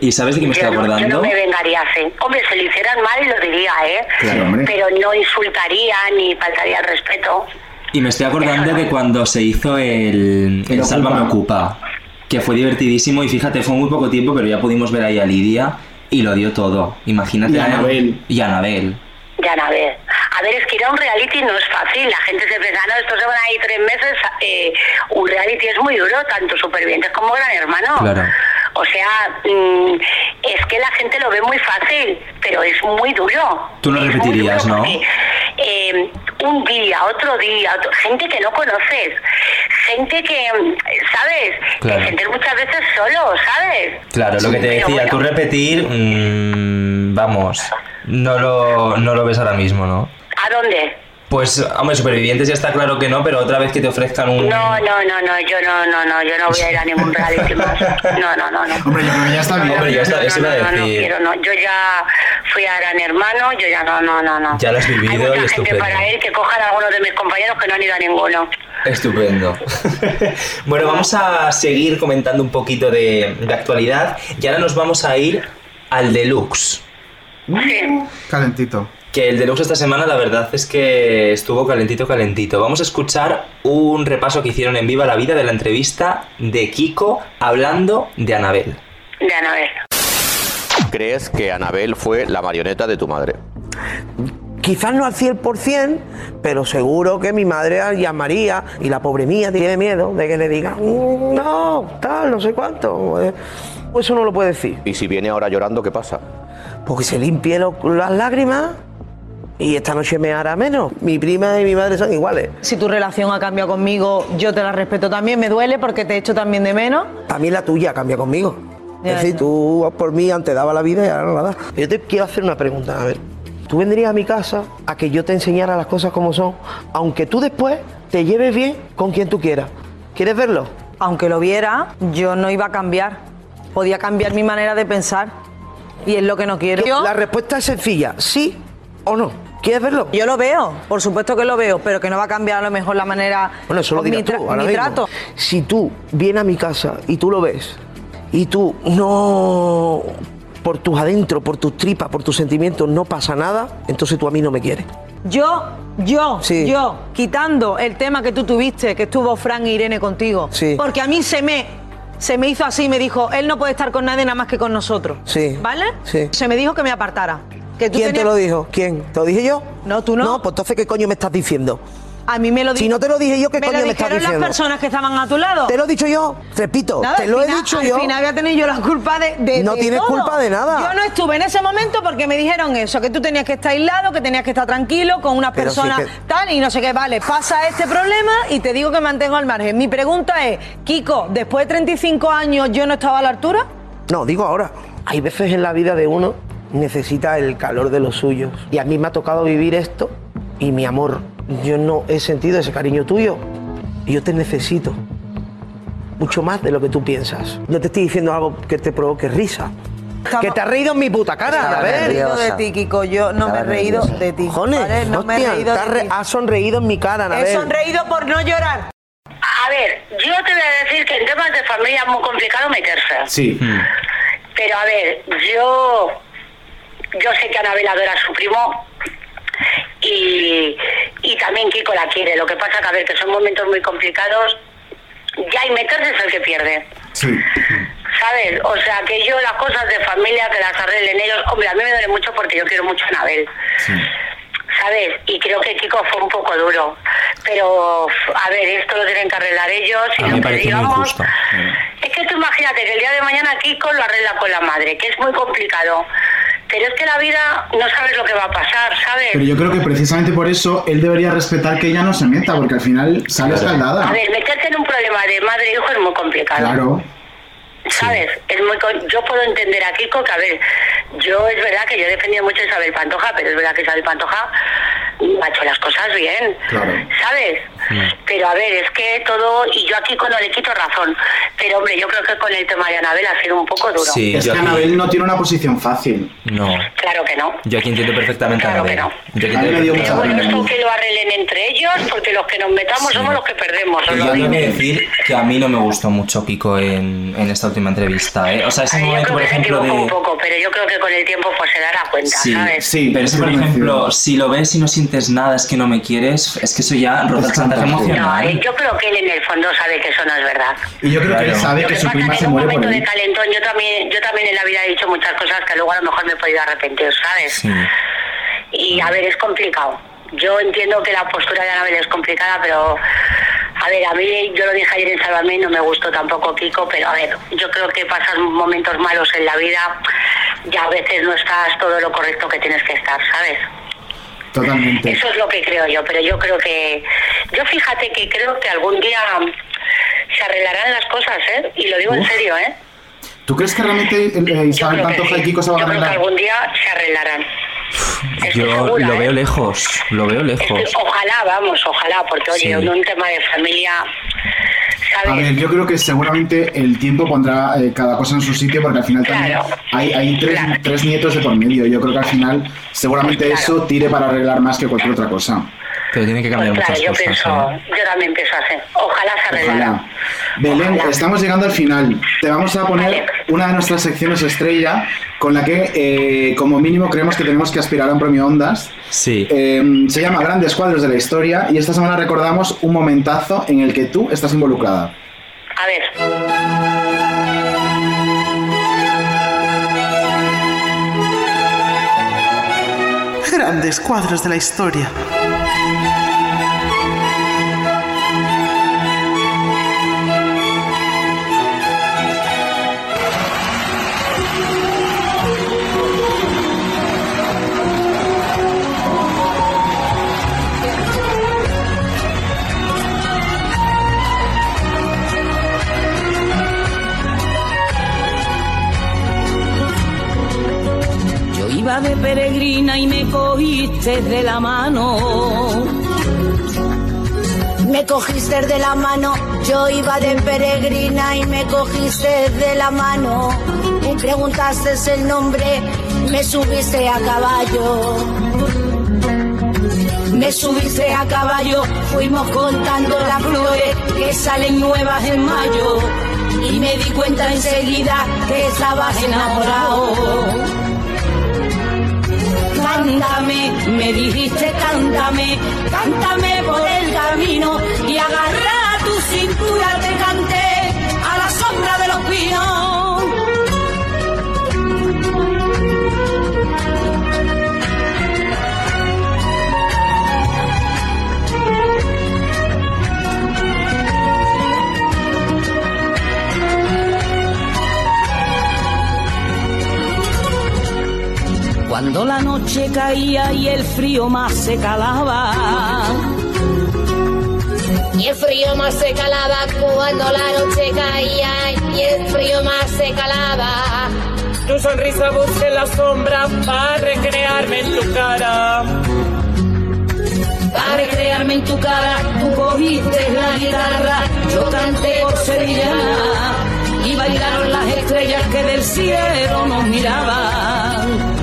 S2: ¿Y sabes de qué me estoy
S3: yo, no yo no
S2: acordando?
S3: me vengaría así. Hombre, si lo hicieran mal, lo diría, ¿eh?
S1: Claro, hombre.
S3: Pero no insultaría ni faltaría el respeto.
S2: Y me estoy acordando de cuando se hizo el, el
S1: Lo
S2: Salva me
S1: ocupa.
S2: ocupa, que fue divertidísimo y fíjate, fue muy poco tiempo, pero ya pudimos ver ahí a Lidia y lo dio todo. Imagínate.
S1: Y
S2: a-
S1: Anabel.
S2: Y a Anabel.
S3: Ya, no, a ver. A ver, es que ir a un reality no es fácil. La gente se piensa, no, estos se van ahí tres meses. eh, un reality es muy duro, tanto supervivientes como gran hermano.
S2: Claro.
S3: O sea, mm, es que la gente lo ve muy fácil, pero es muy duro.
S2: Tú no
S3: Es muy
S2: repetirías,
S3: duro
S2: ¿no?
S3: porque, eh, un día, otro día, otro- gente que no conoces, gente que, mm, ¿sabes?
S2: Claro.
S3: Te sientes muchas veces solo, ¿sabes?
S2: Claro, lo que te
S3: Pero
S2: decía,
S3: bueno.
S2: tú repetir, mm, vamos, no lo, no lo ves ahora mismo, ¿no?
S3: ¿A dónde?
S2: Pues, hombre, supervivientes ya está claro que no, pero otra vez que te ofrezcan un...
S3: No, no, no, no, yo no, no, no, yo no voy a ir a ningún reality más. No, no, no, no.
S1: Hombre, yo creo que ya está bien.
S2: Hombre, ya está, eso iba a
S3: no, no, no,
S2: decir.
S3: quiero, no. Yo ya fui a Gran Hermano, yo ya no, no, no, no.
S2: Ya lo has vivido
S3: Hay
S2: y
S3: mucha gente
S2: estupendo.
S3: para él que cojan a algunos de mis compañeros que no han ido a ninguno.
S2: Estupendo. bueno, vamos a seguir comentando un poquito de, de actualidad y ahora nos vamos a ir al deluxe.
S3: Sí.
S1: Calentito.
S2: Que el deluxe esta semana la verdad es que estuvo calentito, calentito. Vamos a escuchar un repaso que hicieron en Viva la Vida de la entrevista de Kiko hablando de Anabel.
S3: De Anabel.
S13: ¿Crees que Anabel fue la marioneta de tu madre?
S14: Quizás no al 100%, pero seguro que mi madre llamaría y la pobre mía tiene miedo de que le diga, "Mm, no, tal, no sé cuánto. eh". Eso no lo puede decir.
S13: Y si viene ahora llorando, ¿qué pasa?
S14: Porque se limpie lo- las lágrimas y esta noche me hará menos. Mi prima y mi madre son iguales.
S5: Si tu relación ha cambiado conmigo, yo te la respeto también. Me duele porque te echo también de menos.
S14: También la tuya cambia conmigo.
S5: Ya,
S14: es decir,
S5: ya.
S14: tú por mí antes daba la vida y ahora no la das. Yo te quiero hacer una pregunta, a ver. Tú vendrías a mi casa a que yo te enseñara las cosas como son, aunque tú después te lleves bien con quien tú quieras. ¿Quieres verlo?
S5: Aunque lo viera, yo no iba a cambiar. Podía cambiar mi manera de pensar. Y es lo que no quiero. Yo,
S14: La respuesta es sencilla, sí o no. ¿Quieres verlo?
S5: yo lo veo, por supuesto que lo veo, pero que no va a cambiar a lo mejor la manera.
S14: Bueno, eso lo
S5: o mi,
S14: dirás
S5: tra-
S14: tú, ahora
S5: mi
S14: mismo.
S5: trato.
S14: Si tú vienes a mi casa y tú lo ves, y tú no. por tus adentros, por tus tripas, por tus sentimientos, no pasa nada, entonces tú a mí no me quieres.
S5: Yo, yo,
S14: Sí.
S5: yo, quitando el tema que tú tuviste, que estuvo Fran e Irene contigo.
S14: Sí.
S5: Porque a mí se me, se me hizo así, me dijo, él no puede estar con nadie nada más que con nosotros.
S14: Sí.
S5: ¿Vale?
S14: Sí.
S5: Se me dijo que me apartara. Que tú
S14: ¿Quién te
S5: tenías-
S14: lo dijo? ¿Quién? ¿Te lo dije yo?
S5: No, tú no.
S14: No, pues entonces, ¿qué coño me estás diciendo?
S5: A mí me lo dijo.
S14: Si no te lo dije yo, ¿qué
S5: me
S14: coño
S5: lo
S14: me estás
S5: dijeron
S14: diciendo?
S5: las personas que estaban a tu lado.
S14: Te lo he dicho yo, repito,
S5: Nada,
S14: te
S5: al
S14: lo he
S5: final-
S14: dicho
S5: al
S14: yo.
S5: final voy a tener yo la culpa de, de-
S14: No
S5: de
S14: tienes
S5: todo.
S14: culpa de nada.
S5: Yo no estuve en ese momento porque me dijeron eso, que tú tenías que estar aislado, que tenías que estar tranquilo con una
S14: Pero si
S5: persona
S14: es que-
S5: tal y no sé qué. Vale, pasa este problema y te digo que mantengo al margen. Mi pregunta es, Kiko, después de 35 años yo no estaba a la altura.
S14: No, digo ahora. Hay veces en la vida de uno necesita el calor de los suyos. Y a mí me ha tocado vivir esto y mi amor. Yo no he sentido ese cariño tuyo. Y yo te necesito. Mucho más de lo que tú piensas. No te estoy diciendo algo que te provoque risa. Que te has reído en mi puta cara,
S5: Estaba
S14: a ver.
S5: reído de ti, Kiko. Yo no me he
S14: Estaba
S5: reído
S14: nerviosa.
S5: de ti.
S14: Cojones,
S5: ¿vale? No me he
S14: hostia,
S5: reído
S14: te has
S5: de
S14: re-
S5: ti.
S14: Has sonreído en mi cara, a
S5: He
S14: ver.
S5: sonreído por no llorar.
S3: A ver, yo te voy a decir que en temas de familia es muy complicado meterse.
S1: Sí.
S2: Hmm.
S3: Pero a ver, yo yo sé que Anabel adora a su primo y, y también Kiko la quiere. Lo que pasa que a ver, que son momentos muy complicados. Ya y meterse es el que pierde.
S1: Sí.
S3: ¿Sabes? O sea, que yo las cosas de familia que las arreglen ellos, hombre, a mí me duele mucho porque yo quiero mucho a Anabel. ¿Sabes? Y creo que Kiko fue un poco duro. Pero, a ver, esto lo tienen que arreglar ellos. Y
S2: A mí
S3: lo
S2: me
S3: que
S2: parece muy
S3: digamos-
S2: injusto.
S3: es que tú imagínate que el día de mañana Kiko lo arregla con la madre, que es muy complicado. Pero es que la vida no sabes lo que va a pasar, ¿sabes?
S1: Pero yo creo que precisamente por eso él debería respetar que ella no se meta, porque al final sale
S3: A
S1: escaldada.
S3: ver, meterte en un problema de madre e hijo es muy complicado.
S1: Claro.
S3: ¿Sabes? Es muy con- Yo puedo entender a Kiko que, a ver, yo es verdad que yo he defendido mucho a Isabel Pantoja, pero es verdad que Isabel Pantoja ha hecho las cosas bien. ¿Sabes? Pero a ver, es que todo, y yo a Kiko no le quito razón, pero hombre, yo creo que con el tema de Anabel ha sido un poco duro.
S1: es que Anabel no tiene una posición fácil.
S2: No,
S3: Claro que no.
S2: yo aquí entiendo perfectamente a Anabel. Yo
S1: A
S2: aquí
S1: mí me
S2: entiendo
S3: Pero
S1: dio
S3: bueno,
S2: perfectamente a Anabel.
S3: esto que lo arreglen entre ellos, porque los que nos metamos somos los que perdemos. os
S2: Y
S3: lo
S2: Yo tengo
S3: digo.
S2: que decir que a mí no me gustó mucho Kiko en, en esta última entrevista. ¿eh? O sea, ese momento, por ejemplo, de.
S3: Un poco, pero yo creo que con el tiempo pues se dará cuenta,
S2: Sí,
S3: ¿sabes?
S2: pero si por ejemplo, si lo ves y no sientes nada, es que no me quieres, es que eso ya roza el chantaje
S3: No, eh,
S2: emocional.
S3: yo creo que él en el fondo sabe que eso no es verdad.
S1: Y yo creo que él
S2: Claro.
S1: sabe
S2: Lo
S1: que
S2: que
S1: su
S2: pasa
S1: prima
S2: que
S1: se
S2: en un
S1: muere por
S3: momento de
S1: él.
S3: calentón, yo también, yo también en la vida he dicho muchas cosas que luego a lo mejor me he podido arrepentir, ¿sabes? Y a ver, es complicado. Yo entiendo que la postura de Anabel es complicada, pero a ver, a mí yo lo dije ayer en Salvamé, no me gustó tampoco Kiko, pero a ver, yo creo que pasan momentos malos en la vida y a veces no estás todo lo correcto que tienes que estar, ¿sabes?
S1: Totalmente.
S3: Eso es lo que creo yo, pero yo creo que. Yo fíjate que creo que algún día se arreglarán las cosas, ¿eh? Y lo digo en
S1: Uf.
S3: serio, ¿eh?
S1: ¿Tú crees que realmente eh, Isabel
S3: creo que
S1: Pantoja y
S3: sí.
S1: Kiko se van a
S3: Yo creo que
S1: arreglar?
S3: algún día se arreglarán.
S2: Yo lo veo lejos, lo veo
S3: Estoy-
S2: lejos.
S3: Ojalá, vamos, ojalá, porque oye,
S2: Pues
S3: en
S2: Sí.
S3: un tema de familia.
S1: A ver, yo creo que seguramente el tiempo pondrá eh, cada cosa en su sitio porque al final también hay, hay tres, tres nietos de por medio. Yo creo que al final seguramente
S3: Claro.
S1: eso tire para arreglar más que cualquier otra cosa.
S2: Pero tiene que cambiar
S3: Pues
S2: ¿eh?
S3: Claro, yo pienso, yo también pienso así. Ojalá se arreglaran.
S1: Ojalá. Belén, estamos llegando al final. Te vamos a poner una de nuestras secciones estrella con la que eh, como mínimo creemos que tenemos que aspirar a un premio Ondas.
S2: Sí.
S1: Eh, se llama Grandes Cuadros de la Historia y esta semana recordamos un momentazo en el que tú estás involucrada.
S3: A ver.
S11: Grandes cuadros de la historia.
S4: Yo iba de peregrina y me cogiste de la mano.
S12: Me cogiste de la mano, yo iba de peregrina y me cogiste de la mano. Me preguntaste el nombre, me subiste a caballo. Me subiste a caballo, fuimos contando las flores que salen nuevas en mayo. Y me di cuenta enseguida que estabas enamorado. Cántame, me dijiste cántame, cántame por el camino y agarra tu cintura te canté a la sombra de los pinos.
S4: Cuando la noche caía y el frío más se calaba.
S15: Y el frío más se calaba cuando la noche caía y el frío más se calaba.
S16: Tu sonrisa busca en la sombra para recrearme en tu cara.
S4: Para recrearme en tu cara, tú cogiste la guitarra, yo canté por Sevilla.
S12: y bailaron las estrellas que del cielo nos miraban.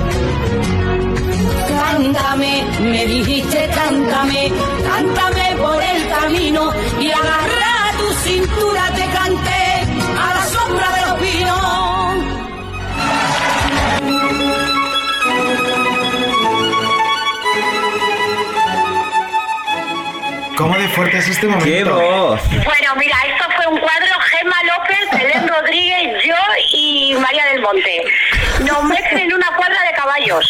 S12: Cántame, me dijiste cántame, cántame por el camino y agarra tu cintura te canté a la sombra de los pinos.
S1: ¿Cómo de fuerte es este momento?
S2: ¡Qué voz!
S3: Bueno, mira, esto fue un cuadro Gemma López, Belén Rodríguez, yo y María del Monte. Nos meten en una cuadra de caballos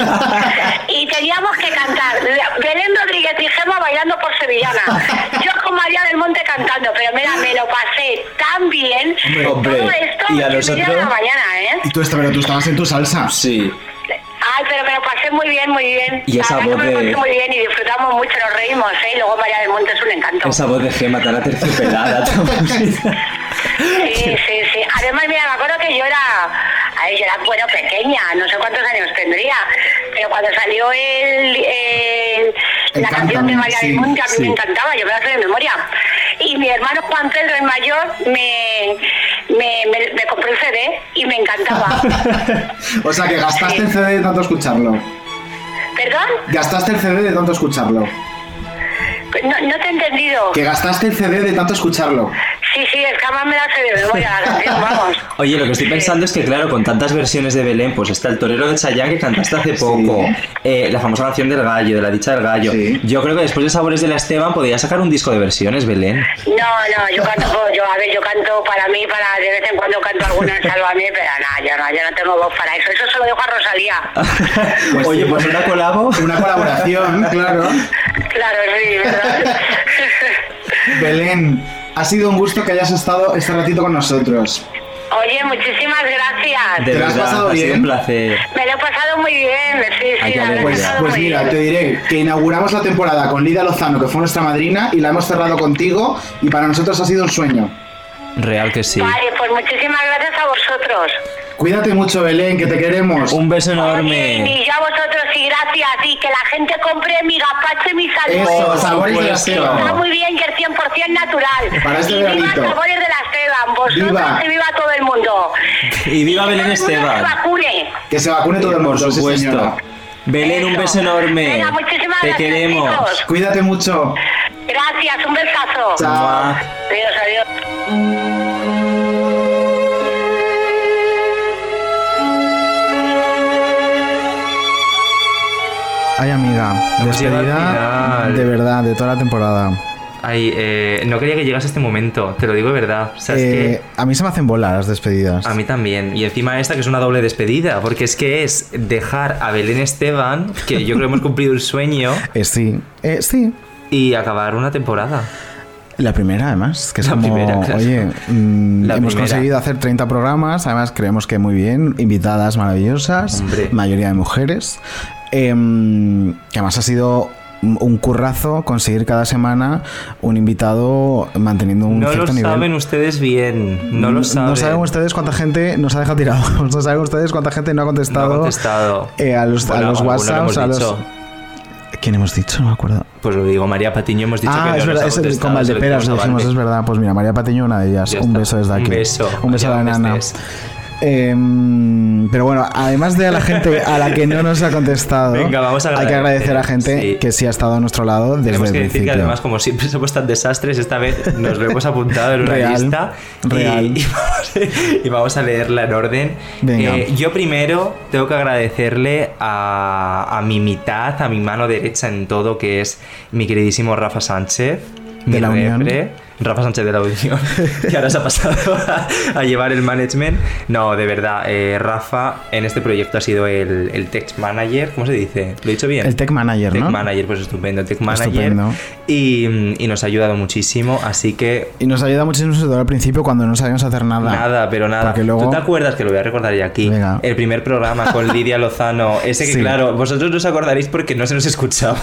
S3: y teníamos que cantar. Belén Rodríguez y Gemma bailando por sevillana. Yo con María del Monte cantando, pero mira, me lo pasé tan bien.
S2: Hombre, hombre.
S3: Todo esto
S2: ¿Y a
S3: es
S2: nosotros?
S3: de la mañana, ¿eh?
S1: Y tú, esta- pero tú estabas en tu salsa.
S2: Sí.
S3: Ay, pero me lo pasé muy bien, muy bien.
S2: Y esa
S3: La verdad que me
S2: voz de-
S3: lo pasé muy bien y disfrutamos mucho, nos reímos, ¿eh? Y luego María del Monte es un encanto.
S2: Esa voz de Gema tan aterciopelada. tan bonita.
S3: Sí, sí, sí. Además, mira, me acuerdo que yo era, a ver, yo era, bueno, pequeña, no sé cuántos años tendría, pero cuando salió el, el-
S17: El
S3: la canción
S17: Cántame,
S3: de María del
S17: sí,
S3: Monte, a mí
S17: sí.
S3: me encantaba, yo me la sé de memoria. Y mi hermano Juan Pedro, el mayor, me, me, me, me compró el CD y me encantaba.
S1: O sea, que gastaste el CD de tanto escucharlo.
S3: ¿Perdón?
S1: Gastaste el CD de tanto escucharlo.
S3: No, no te he entendido.
S1: Que gastaste el CD de tanto escucharlo.
S3: Sí, sí, es que además me la sé de memoria la canción, vamos.
S2: Oye, lo que estoy pensando es que, claro, con tantas versiones de Belén, pues está el torero de Chayanne que cantaste hace poco, eh, la famosa canción del gallo, de la dicha del gallo. Yo creo que después de Sabores de la Esteban podría sacar un disco de versiones, Belén.
S3: No, no, yo canto, yo, a ver, yo canto para mí, para de vez en cuando canto alguna en salvo a mí, pero nada, yo no, yo no tengo voz para eso, eso se lo dejo a Rosalía.
S2: Oye, pues una colabo.
S1: Una colaboración, claro.
S3: Claro, sí, ¿verdad?
S1: Belén, ha sido un gusto que hayas estado este ratito con nosotros.
S3: Oye, muchísimas gracias.
S1: ¿Te lo has pasado
S2: ha sido
S1: bien?
S2: un placer.
S3: Me lo he pasado muy bien, sí, sí, la verdad, he
S1: Pues,
S3: pasado
S1: pues
S3: muy
S1: mira,
S3: bien.
S1: te diré que inauguramos la temporada con Lida Lozano, que fue nuestra madrina, y la hemos cerrado contigo, y para nosotros ha sido un sueño.
S2: Real que sí.
S3: Vale, pues muchísimas gracias a vosotros.
S1: Cuídate mucho, Belén, que te queremos.
S2: Un beso enorme.
S3: Y yo a vosotros, y gracias, y que la gente compre mi gapacho y mi salud.
S1: Eso, sabores de la Esteban.
S3: Está muy bien, que es 100% natural.
S2: Para este
S3: y viva
S2: veranito.
S3: sabores de la Esteban, vosotros
S2: Viva.
S3: y viva todo el mundo.
S2: Y viva Belén
S3: Que se
S2: Esteban.
S3: vacune.
S1: Que se vacune todo el mundo,
S2: Por
S1: sí,
S2: supuesto.
S1: señora.
S2: Belén, un beso enorme.
S3: Venga, muchísimas
S2: Te
S3: gracias,
S2: queremos.
S3: chicos.
S1: Cuídate mucho.
S3: Gracias, un besazo.
S1: Chao.
S3: Adiós, adiós.
S1: Ay, amiga,
S2: Hemos llegado al
S1: despedida
S2: final.
S1: de verdad, de toda la temporada.
S2: Ay, eh, no quería que llegase este momento, te lo digo de verdad. O sea, es que-
S1: Eh, A mí se me hacen bolas las despedidas.
S2: A mí también. Y encima esta que es una doble despedida, porque es que es dejar a Belén Esteban, que yo creo que hemos cumplido el sueño,
S1: Eh, sí, eh, sí.
S2: y acabar una temporada.
S1: La primera, además, que es
S2: La
S1: como,
S2: primera, claro.
S1: oye, mm,
S2: La
S1: hemos
S2: primera.
S1: conseguido hacer 30 programas, además creemos que muy bien, invitadas maravillosas, mayoría de mujeres, em, que además ha sido un un currazo conseguir cada semana un invitado manteniendo un
S2: No lo
S1: cierto nivel.
S2: saben ustedes bien, no lo saben.
S1: No saben ustedes cuánta gente nos ha dejado tirados, no saben ustedes cuánta gente no ha contestado,
S2: No ha contestado.
S1: eh, a los, a
S2: Bueno,
S1: los
S2: alguno lo
S1: WhatsApps,
S2: hemos
S1: a los...
S2: dicho.
S1: ¿Quién hemos dicho? No me acuerdo.
S2: Pues lo digo, María Patiño, hemos dicho que
S1: Ah,
S2: no
S1: es
S2: nos ha
S1: verdad, es el,
S2: contestado,
S1: con
S2: se lo
S1: Valdeperas
S2: dijimos a
S1: decimos,
S2: Valde.
S1: es verdad. Pues mira, María Patiño, una de ellas.
S2: Ya
S1: un
S2: está.
S1: beso desde
S2: Un
S1: aquí.
S2: beso.
S1: Un beso
S2: Allá
S1: a la
S2: donde
S1: nana.
S2: estés.
S1: Em, pero bueno, además de a la gente a la que no nos ha contestado,
S2: Venga, vamos a
S1: hay que agradecer a gente
S2: sí.
S1: que sí ha estado a nuestro lado desde
S2: Tenemos
S1: el
S2: que decir que
S1: principio.
S2: además, como siempre somos tan desastres, esta vez nos lo hemos apuntado en una
S1: Real,
S2: lista. y-
S1: real.
S2: Y, vamos, y vamos a leerla en orden.
S1: Venga.
S2: Eh, yo primero tengo que agradecerle a, a mi mitad, a mi mano derecha en todo, que es mi queridísimo Rafa Sánchez.
S1: De
S2: mi
S1: la Unión.
S2: repre, Rafa Sánchez de la Unión, que ahora se ha pasado a, a llevar el management. No, de verdad, eh, Rafa en este proyecto ha sido el, el tech manager, ¿cómo se dice? ¿Lo he dicho bien?
S1: El tech manager,
S2: Tech
S1: ¿no?
S2: manager, pues estupendo, tech manager.
S1: Estupendo.
S2: Y, y nos ha ayudado muchísimo, así que
S1: Y nos ayuda muchísimo sobre todo al principio cuando no sabíamos hacer nada.
S2: nada, pero nada.
S1: Porque luego-
S2: ¿Tú te acuerdas que lo voy a recordar ya aquí? El primer programa con Lidia Lozano, ese que
S1: Sí.
S2: claro, vosotros no os acordaréis porque no se nos escuchaba.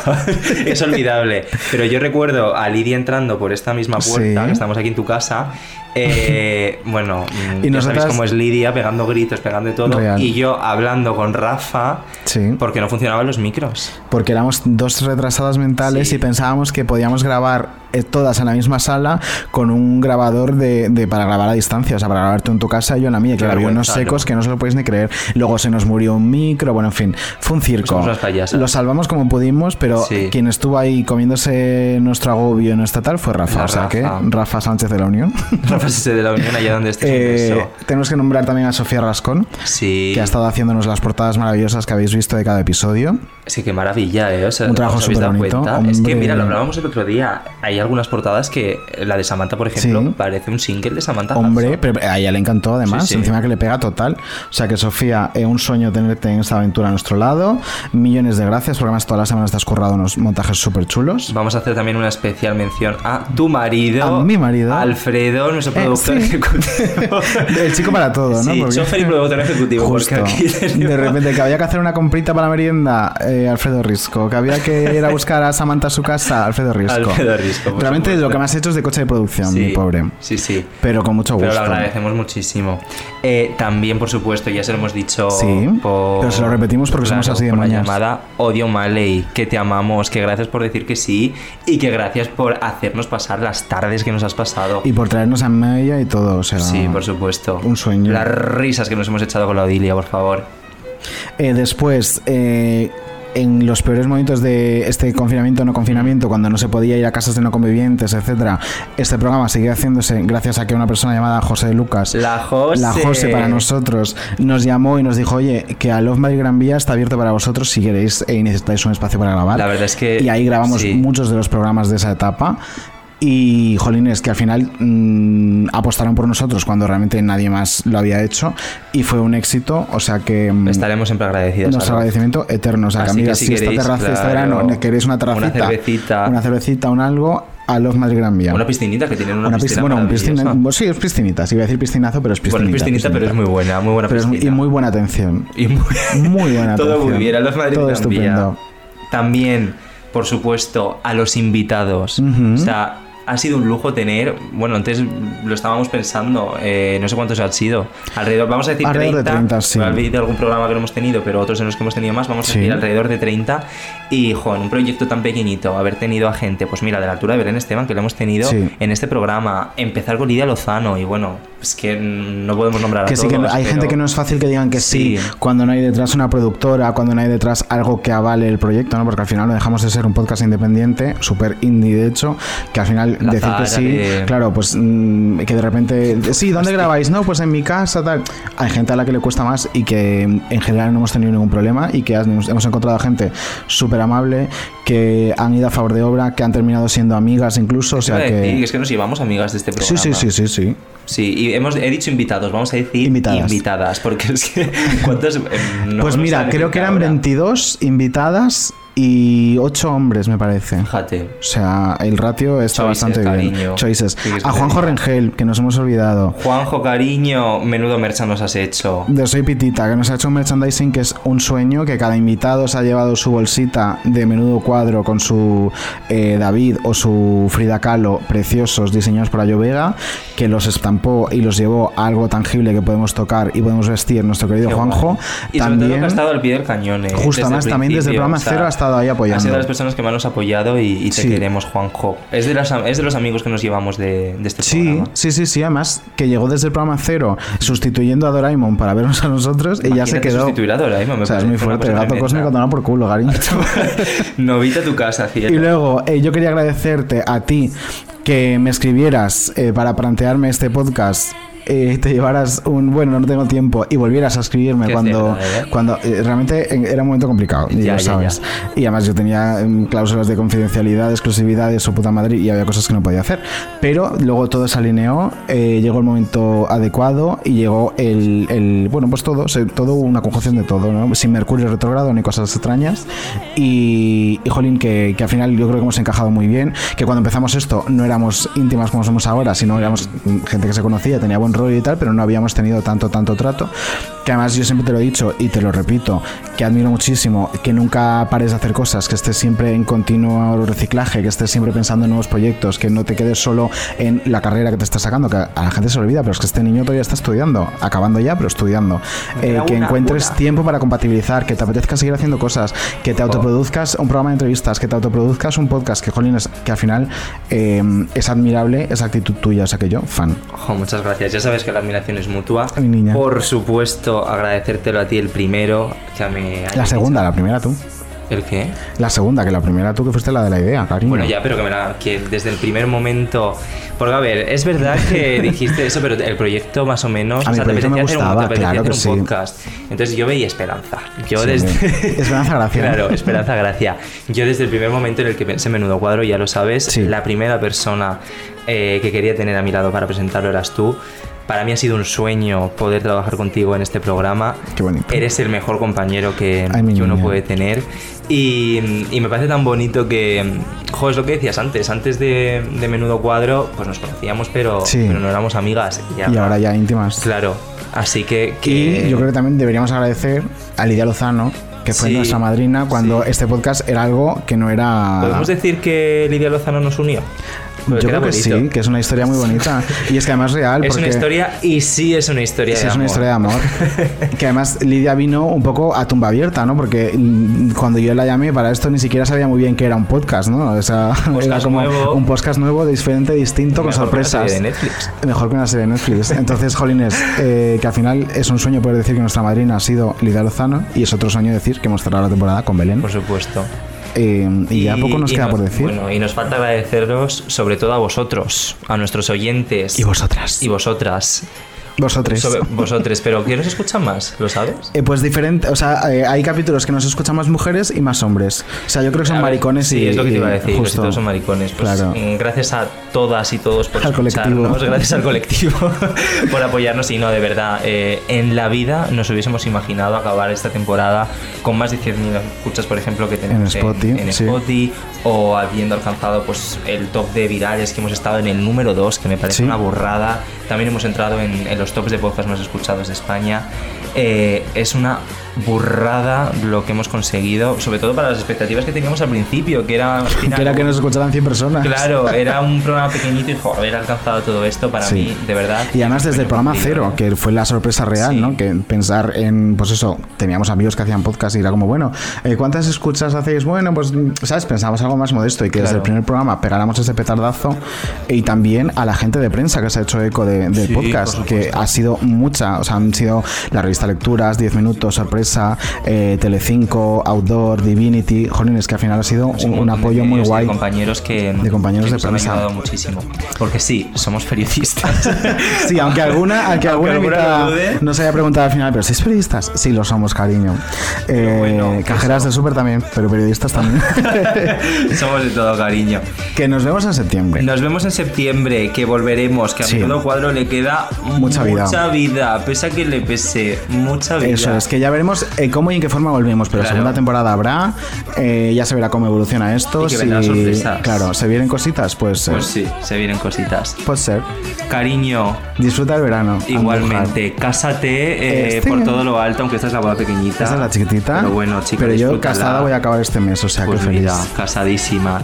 S2: es olvidable, pero yo recuerdo a Lidia entrando por esta misma puerta,
S1: Sí.
S2: que estamos aquí en tu casa Eh, bueno, mm,
S1: Y
S2: ya
S1: nosotras-
S2: sabéis cómo es Lidia, pegando gritos, pegando de todo.
S1: Real.
S2: Y yo hablando con Rafa
S1: Sí.
S2: porque no funcionaban los micros.
S1: Porque éramos dos retrasadas mentales y pensábamos que podíamos grabar eh, todas en la misma sala con un grabador de, de- para grabar a distancia, o sea, para grabar tú en tu casa y yo en la mía, que
S2: Qué
S1: grabé unos
S2: vergüenza,
S1: secos
S2: ¿no?
S1: que no se lo podéis ni creer. Luego se nos murió un micro, bueno, en fin, fue un circo.
S2: Somos unas payasas.
S1: Lo salvamos como pudimos, pero
S2: Sí.
S1: quien estuvo ahí comiéndose nuestro agobio en esta tal fue Rafa,
S2: La
S1: o sea
S2: Rafa.
S1: que Rafa Sánchez de la Unión.
S2: Rafa se de la Unión, allá donde este estés. un
S1: Eh,
S2: beso.
S1: tenemos que nombrar también a Sofía Rascón, que ha estado haciéndonos las portadas maravillosas que habéis visto de cada episodio.
S2: Sí, qué maravilla, ¿eh? O sea,
S1: Un trabajo
S2: ¿os habéis dado
S1: superbonito,
S2: cuenta? Es que,
S1: hombre.
S2: mira, lo hablábamos el otro día. Hay algunas portadas que eh, la de Samantha, por ejemplo, parece un single de Samantha.
S1: Hombre, pero a ella le encantó además,
S2: Sí, sí.
S1: encima que le pega total. O sea que Sofía, es un sueño tenerte en esta aventura a nuestro lado. Millones de gracias, porque además toda la semana estás currado unos montajes súper chulos.
S2: Vamos a hacer también una especial mención a tu marido.
S1: A mi marido.
S2: Alfredo, nuestro
S1: Eh,
S2: productor
S1: sí.
S2: ejecutivo.
S1: El chico para todo, ¿no?
S2: Sí,
S1: Porque-
S2: chofer y productor ejecutivo.
S1: Justo.
S2: Porque aquí
S1: De repente que había que hacer una comprita para la merienda, eh, Alfredo Risco. Que había que ir a buscar a Samantha a su casa, Alfredo Risco.
S2: Alfredo Risco, por
S1: Realmente lo que más he hecho es de coche de producción, mi pobre.
S2: Sí, sí.
S1: Pero con mucho
S2: Pero
S1: gusto.
S2: lo agradecemos muchísimo. Eh, también, por supuesto, ya se lo hemos dicho
S1: Sí,
S2: por...
S1: pero se lo repetimos porque somos así de
S2: por la
S1: moñas.
S2: llamada Odio Maley, que te amamos, que gracias por decir que sí y que gracias por hacernos pasar las tardes que nos has pasado.
S1: Y por traernos a Maya y todo, o sea.
S2: Sí, por supuesto.
S1: Ah. Un sueño.
S2: Las risas que nos hemos echado con la Odilia, por favor.
S1: Eh, después, eh, en los peores momentos de este confinamiento o no confinamiento, cuando no se podía ir a casas de no convivientes, etcétera, este programa sigue haciéndose gracias a que una persona llamada José Lucas,
S2: La Jose.
S1: la José para nosotros, nos llamó y nos dijo, oye, que a Love Madrid Gran Vía está abierto para vosotros si queréis eh, y necesitáis un espacio para grabar.
S2: La verdad es que...
S1: Y ahí grabamos
S2: sí.
S1: muchos de los programas de esa etapa. Y jolines, que al final mm, apostaron por nosotros cuando realmente nadie más lo había hecho. Y fue un éxito, o sea que. mm,
S2: Estaremos siempre agradecidos.
S1: nuestro
S2: a Love.
S1: agradecimiento eterno. O sea, que
S2: Así que
S1: amigas,
S2: si
S1: si, esta
S2: queréis,
S1: terraza este
S2: claro,
S1: verano queréis una terracita,
S2: una cervecita.
S1: una cervecita, un algo, a los Madrid Gran Vía.
S2: Una piscinita que tienen una,
S1: Una pisc-
S2: piscina
S1: bueno, un
S2: maravillosa.
S1: piscina, sí, es piscinita. Sí, iba a decir piscinazo, pero es piscinita.
S2: Bueno, es piscinita, pero es muy buena, muy buena
S1: Pero es muy-
S2: piscina.
S1: y muy buena atención.
S2: Y muy,
S1: Muy buena atención.
S2: Todo muy bien, a los Madrid
S1: Todo
S2: Gran Vía.
S1: estupendo.
S2: También, por supuesto, a los invitados.
S1: Ujú.
S2: O sea, ha sido un lujo tener. Bueno, antes lo estábamos pensando, eh, no sé cuántos han sido. Alrededor, vamos a decir
S1: Alrededor de 30,
S2: 30.
S1: sí.
S2: Alrededor de algún programa que no hemos tenido, pero otros en los que hemos tenido más, vamos
S1: Sí.
S2: a decir alrededor de 30. Y, jo, en un proyecto tan pequeñito, haber tenido a gente, pues mira, de la altura de Belén Esteban, que lo hemos tenido
S1: Sí.
S2: en este programa, empezar con Lidia Lozano, y bueno, es que mm, no podemos nombrar a
S1: Que sí, que
S2: todos,
S1: hay gente
S2: pero-
S1: que no es fácil que digan que sí,
S2: Sí.
S1: cuando no hay detrás una productora, cuando no hay detrás algo que avale el proyecto, ¿no? Porque al final no dejamos de ser un podcast independiente, súper indie de hecho, que al final
S2: La
S1: decir
S2: Zara,
S1: que sí,
S2: que-
S1: claro, pues mm, que de repente, sí, ¿dónde grabáis? No, pues en mi casa, tal. Hay gente a la que le cuesta más y que mm, en general no hemos tenido ningún problema y que has- hemos encontrado gente súper amable, que han ido a favor de obra, que han terminado siendo amigas incluso, o sea
S2: Iba a decir
S1: que...
S2: es que nos llevamos amigas de este
S1: Sí,
S2: programa.
S1: sí, sí, sí, sí.
S2: Sí, y hemos, he dicho invitados, vamos a decir invitadas, porque es que cuántos... eh, no-
S1: pues
S2: no
S1: mira,
S2: sé
S1: creo que eran 22 invitadas y 8 hombres, me parece.
S2: Fíjate.
S1: O sea, el ratio está
S2: Choices,
S1: bastante bien.
S2: cariño.
S1: Choices.
S2: Sí, es
S1: A
S2: que
S1: Juanjo Rengel, que nos hemos olvidado.
S2: Juanjo, cariño, menudo mercha nos has hecho.
S1: De Soy Pitita, que nos ha hecho un merchandising que es un sueño, que cada invitado se ha llevado su bolsita de menudo cuadro con su eh, David o su Frida Kahlo, preciosos, diseñados por Ayo Vega, que los estampó y los llevó a algo tangible que podemos tocar y podemos vestir nuestro querido
S2: Qué
S1: Juanjo.
S2: guay. Y sobre todo que ha estado al pie del cañón. eh,
S1: Justo, además, también desde el
S2: principio,
S1: programa cero ha estado ahí apoyando.
S2: Ha sido de las personas que más nos ha apoyado y, y te
S1: Sí.
S2: queremos, Juanjo. Es de, las, es de los amigos que nos llevamos de, de este
S1: Sí, sí, sí, sí. Además, que llegó desde el programa cero sustituyendo a Doraemon para vernos a nosotros y ya se
S2: Imagínate
S1: quedó.
S2: sustituir a Doraemon, me
S1: o sea, es
S2: parece
S1: muy
S2: una
S1: fuerte.
S2: cosa
S1: El gato
S2: tremenda.
S1: cósmico toma por culo, cariño.
S2: Novita tu casa,
S1: y
S2: cielo.
S1: luego, eh, yo quería agradecerte a ti que me escribieras eh, para plantearme este podcast. eh, te llevaras un bueno, no tengo tiempo y volvieras a escribirme
S2: Qué
S1: cuando,
S2: cerda, ¿eh?
S1: cuando eh, realmente en- era un momento complicado, y
S2: Ya,
S1: lo
S2: ya,
S1: sabes. Y además yo tenía em, cláusulas de confidencialidad, exclusividad de su puta madre y había cosas que no podía hacer. Pero luego todo se alineó, eh, llegó el momento adecuado y llegó el, el- bueno, pues todo, se- todo una conjunción de todo, ¿no? Sin Mercurio retrogrado ni cosas extrañas. Y, y, jolín, que, que al final yo creo que hemos encajado muy bien, que cuando empezamos esto no éramos íntimas como somos ahora, sino éramos mm, gente que se conocía, tenía buen rollo y tal, pero no habíamos tenido tanto, tanto trato, que que además yo siempre te lo he dicho y te lo repito, que admiro muchísimo, que nunca pares de hacer cosas, que estés siempre en continuo reciclaje, que estés siempre pensando en nuevos proyectos, que no te quedes solo en la carrera que te estás sacando, que a la gente se olvida, pero es que este niño todavía está estudiando, acabando ya, pero estudiando. Eh,
S9: queda
S1: que
S9: una,
S1: encuentres
S9: una.
S1: tiempo para compatibilizar, que te apetezca seguir haciendo cosas, que
S9: Oh.
S1: te autoproduzcas un programa de entrevistas, que te autoproduzcas un podcast, que jolín, es- que al final eh, es admirable esa actitud tuya, o sea que yo, fan.
S2: Ojo, Oh, muchas gracias. Ya sabes que la admiración es mutua. Por supuesto, agradecértelo a ti el primero, que me
S1: La segunda, la primera tú.
S2: ¿El qué?
S1: La segunda, que la primera tú que fuiste la de la idea, cariño.
S2: Bueno, ya, pero que, me la- que desde el primer momento. Porque, a ver, es verdad que dijiste eso, pero el proyecto más o menos.
S1: A
S2: o
S1: mi
S2: sea, te
S1: proyecto
S2: apetecía
S1: me
S2: hacer un, te
S1: gustaba,
S2: apetecía
S1: claro
S2: hacer
S1: que
S2: un
S1: sí.
S2: podcast. Entonces yo veía esperanza. Yo
S1: Sí,
S2: desde.
S1: Esperanza Gracia. ¿eh?
S2: Claro, Esperanza Gracia. Yo desde el primer momento en el que pensé Menudo Cuadro, ya lo sabes, la primera persona eh, que quería tener a mi lado para presentarlo eras tú. Para mí ha sido un sueño poder trabajar contigo en este programa.
S1: Qué bonito.
S2: Eres el mejor compañero que,
S1: Ay, mi
S2: que uno
S1: niña.
S2: puede tener. Y, y me parece tan bonito que... Jo, es lo que decías antes. Antes de, de Menudo Cuadro, pues nos conocíamos, pero,
S1: Sí.
S2: pero no éramos amigas. Y
S1: Y
S2: ahora-
S1: ahora ya íntimas.
S2: Claro. Eh. Así que... que-
S1: Y yo creo que también deberíamos agradecer a Lidia Lozano, que fue
S2: Sí,
S1: nuestra madrina cuando este podcast era algo que no era.
S2: ¿Podemos decir que Lidia Lozano nos unió?
S1: Yo
S2: Porque
S1: creo
S2: era
S1: que
S2: bonito.
S1: sí, que es una historia muy bonita. Y es que además real.
S2: Es
S1: porque
S2: una historia y sí es una historia
S1: Sí,
S2: de
S1: es una
S2: amor.
S1: historia de amor. que además Lidia vino un poco a tumba abierta, ¿no? Porque mm, cuando yo la llamé para esto ni siquiera sabía muy bien que era un podcast, ¿no? O sea, era como
S2: nuevo.
S1: un podcast nuevo, diferente, distinto, con
S2: Mejor que la
S1: sorpresas.
S2: serie de Netflix.
S1: Mejor que una serie de Netflix. Entonces, Jolines, eh, que al final es un sueño poder decir que nuestra madrina ha sido Lidia Lozano y es otro sueño decir que hemos cerrado la temporada con Belén. Por
S2: supuesto.
S1: y ya poco nos
S2: y
S1: queda por decir.
S2: Bueno, y nos falta agradeceros sobre todo a vosotros, a nuestros oyentes. Y
S1: vosotras.
S2: Y vosotras.
S1: Vosotros.
S2: Sobre- vosotros, pero ¿quién nos escucha más? ¿Lo sabes?
S1: Eh, pues diferente, o sea, eh, hay capítulos que nos escuchan más mujeres y más hombres. O sea, yo creo que son
S2: A ver,
S1: maricones y.
S2: Sí, es lo que te iba a
S1: y
S2: decir.
S1: justo.
S2: Justo. Todos son maricones. Pues,
S1: Claro.
S2: mm, Gracias a todas y todos por
S1: Al colectivo.
S2: escucharnos, Gracias al colectivo por apoyarnos. Y no, de verdad, eh, en la vida nos hubiésemos imaginado acabar esta temporada con más de 100.000 escuchas, por ejemplo, que tenemos
S1: En Spotify,
S2: en
S1: sí.
S2: Spotify, o habiendo alcanzado pues el top de virales que hemos estado en el número 2, que me parece
S1: Sí.
S2: una burrada. También hemos entrado en, en los tops de podcast más escuchados de España. Eh, es una burrada lo que hemos conseguido, sobre todo para las expectativas que teníamos al principio, que era...
S1: Que era que nos escucharan 100 personas.
S2: Claro, era un programa pequeñito y joder, haber alcanzado todo esto para
S1: Sí.
S2: mí, de verdad.
S1: Y además desde el programa cero, que fue la sorpresa real, ¿no? Que pensar en, pues eso, teníamos amigos que hacían podcast y era como, bueno, eh, ¿cuántas escuchas hacéis? Bueno, pues, ¿sabes? Pensábamos algo más modesto y que desde
S2: Claro.
S1: el primer programa pegáramos ese petardazo y también a la gente de prensa que se ha hecho eco de- del
S2: Sí,
S1: podcast,
S2: por
S1: que ha sido mucha, o sea, han sido la revista Lecturas, 10 Minutos, Sorpresa, eh, Telecinco, Outdoor, Divinity, jolín, es que al final ha sido un, un apoyo muy
S2: medios, de
S1: guay.
S2: compañeros que,
S1: de compañeros
S2: que
S1: de
S2: nos han
S1: prensa.
S2: ayudado muchísimo. Porque sí, somos periodistas.
S1: Sí, aunque alguna, aunque alguna
S2: alguna
S1: invitada
S2: lo dude.
S1: no se haya preguntado al final, pero ¿sois periodistas? Sí, lo somos, cariño. Eh, cajeras de súper también, pero periodistas también.
S2: somos de todo cariño.
S1: que nos vemos en septiembre.
S2: Nos vemos en septiembre, que volveremos, que a
S1: Sí.
S2: menudo cuadro le queda
S1: Mucha vida.
S2: Mucha vida, pese a que le pese, mucha vida.
S1: Eso es, que ya veremos eh, cómo y en qué forma volvemos, pero
S2: Claro.
S1: segunda temporada habrá, eh, ya se verá cómo evoluciona esto.
S2: Y que
S1: si-
S2: vendrán sorpresas.
S1: Claro, se vienen cositas, pues, eh,
S2: Pues sí, se vienen cositas.
S1: puede ser.
S2: Cariño,
S1: Disfruta el verano.
S2: igualmente, cásate eh,
S1: Este.
S2: por todo lo alto, aunque esta es la boda pequeñita.
S1: Esta es la chiquitita.
S2: Pero bueno, chicos,
S1: Pero yo
S2: disfrútala.
S1: casada voy a acabar este mes, o sea,
S2: Pues
S1: que feliz.
S2: mira, casadísima.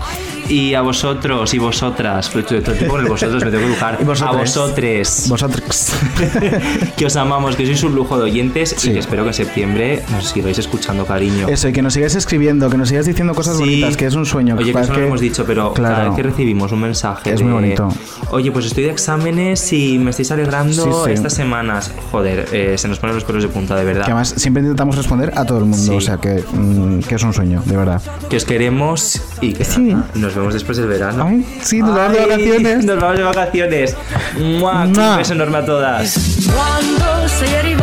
S2: Y a vosotros y vosotras, pues, te- te- te pongo el vosotros, me tengo que dibujar.
S1: Y vosotros.
S2: A vosotros.
S1: Vosotros.
S2: que os amamos, que sois un lujo de oyentes y que espero que en septiembre nos sigáis escuchando, cariño.
S1: Eso, y que nos sigáis escribiendo, que nos sigáis diciendo cosas
S2: Sí.
S1: bonitas, que es un sueño.
S2: Oye, que
S1: parece
S2: eso no lo hemos dicho, pero cada
S1: Claro.
S2: vez que recibimos un mensaje.
S1: Es muy bonito.
S2: Oye, pues estoy de exámenes y me estáis alegrando
S1: Sí, sí.
S2: estas semanas. Joder, eh, se nos ponen los pelos de punta, de verdad.
S1: Que además siempre intentamos responder a todo el mundo, o sea que, mm, que es un sueño, de verdad.
S2: Que os queremos y que nada, nos vemos después del verano.
S1: sí, nos vamos de vacaciones.
S2: Nos vamos de vacaciones. ¡Mua! Un beso enorme a todas.
S4: Cuando se arriva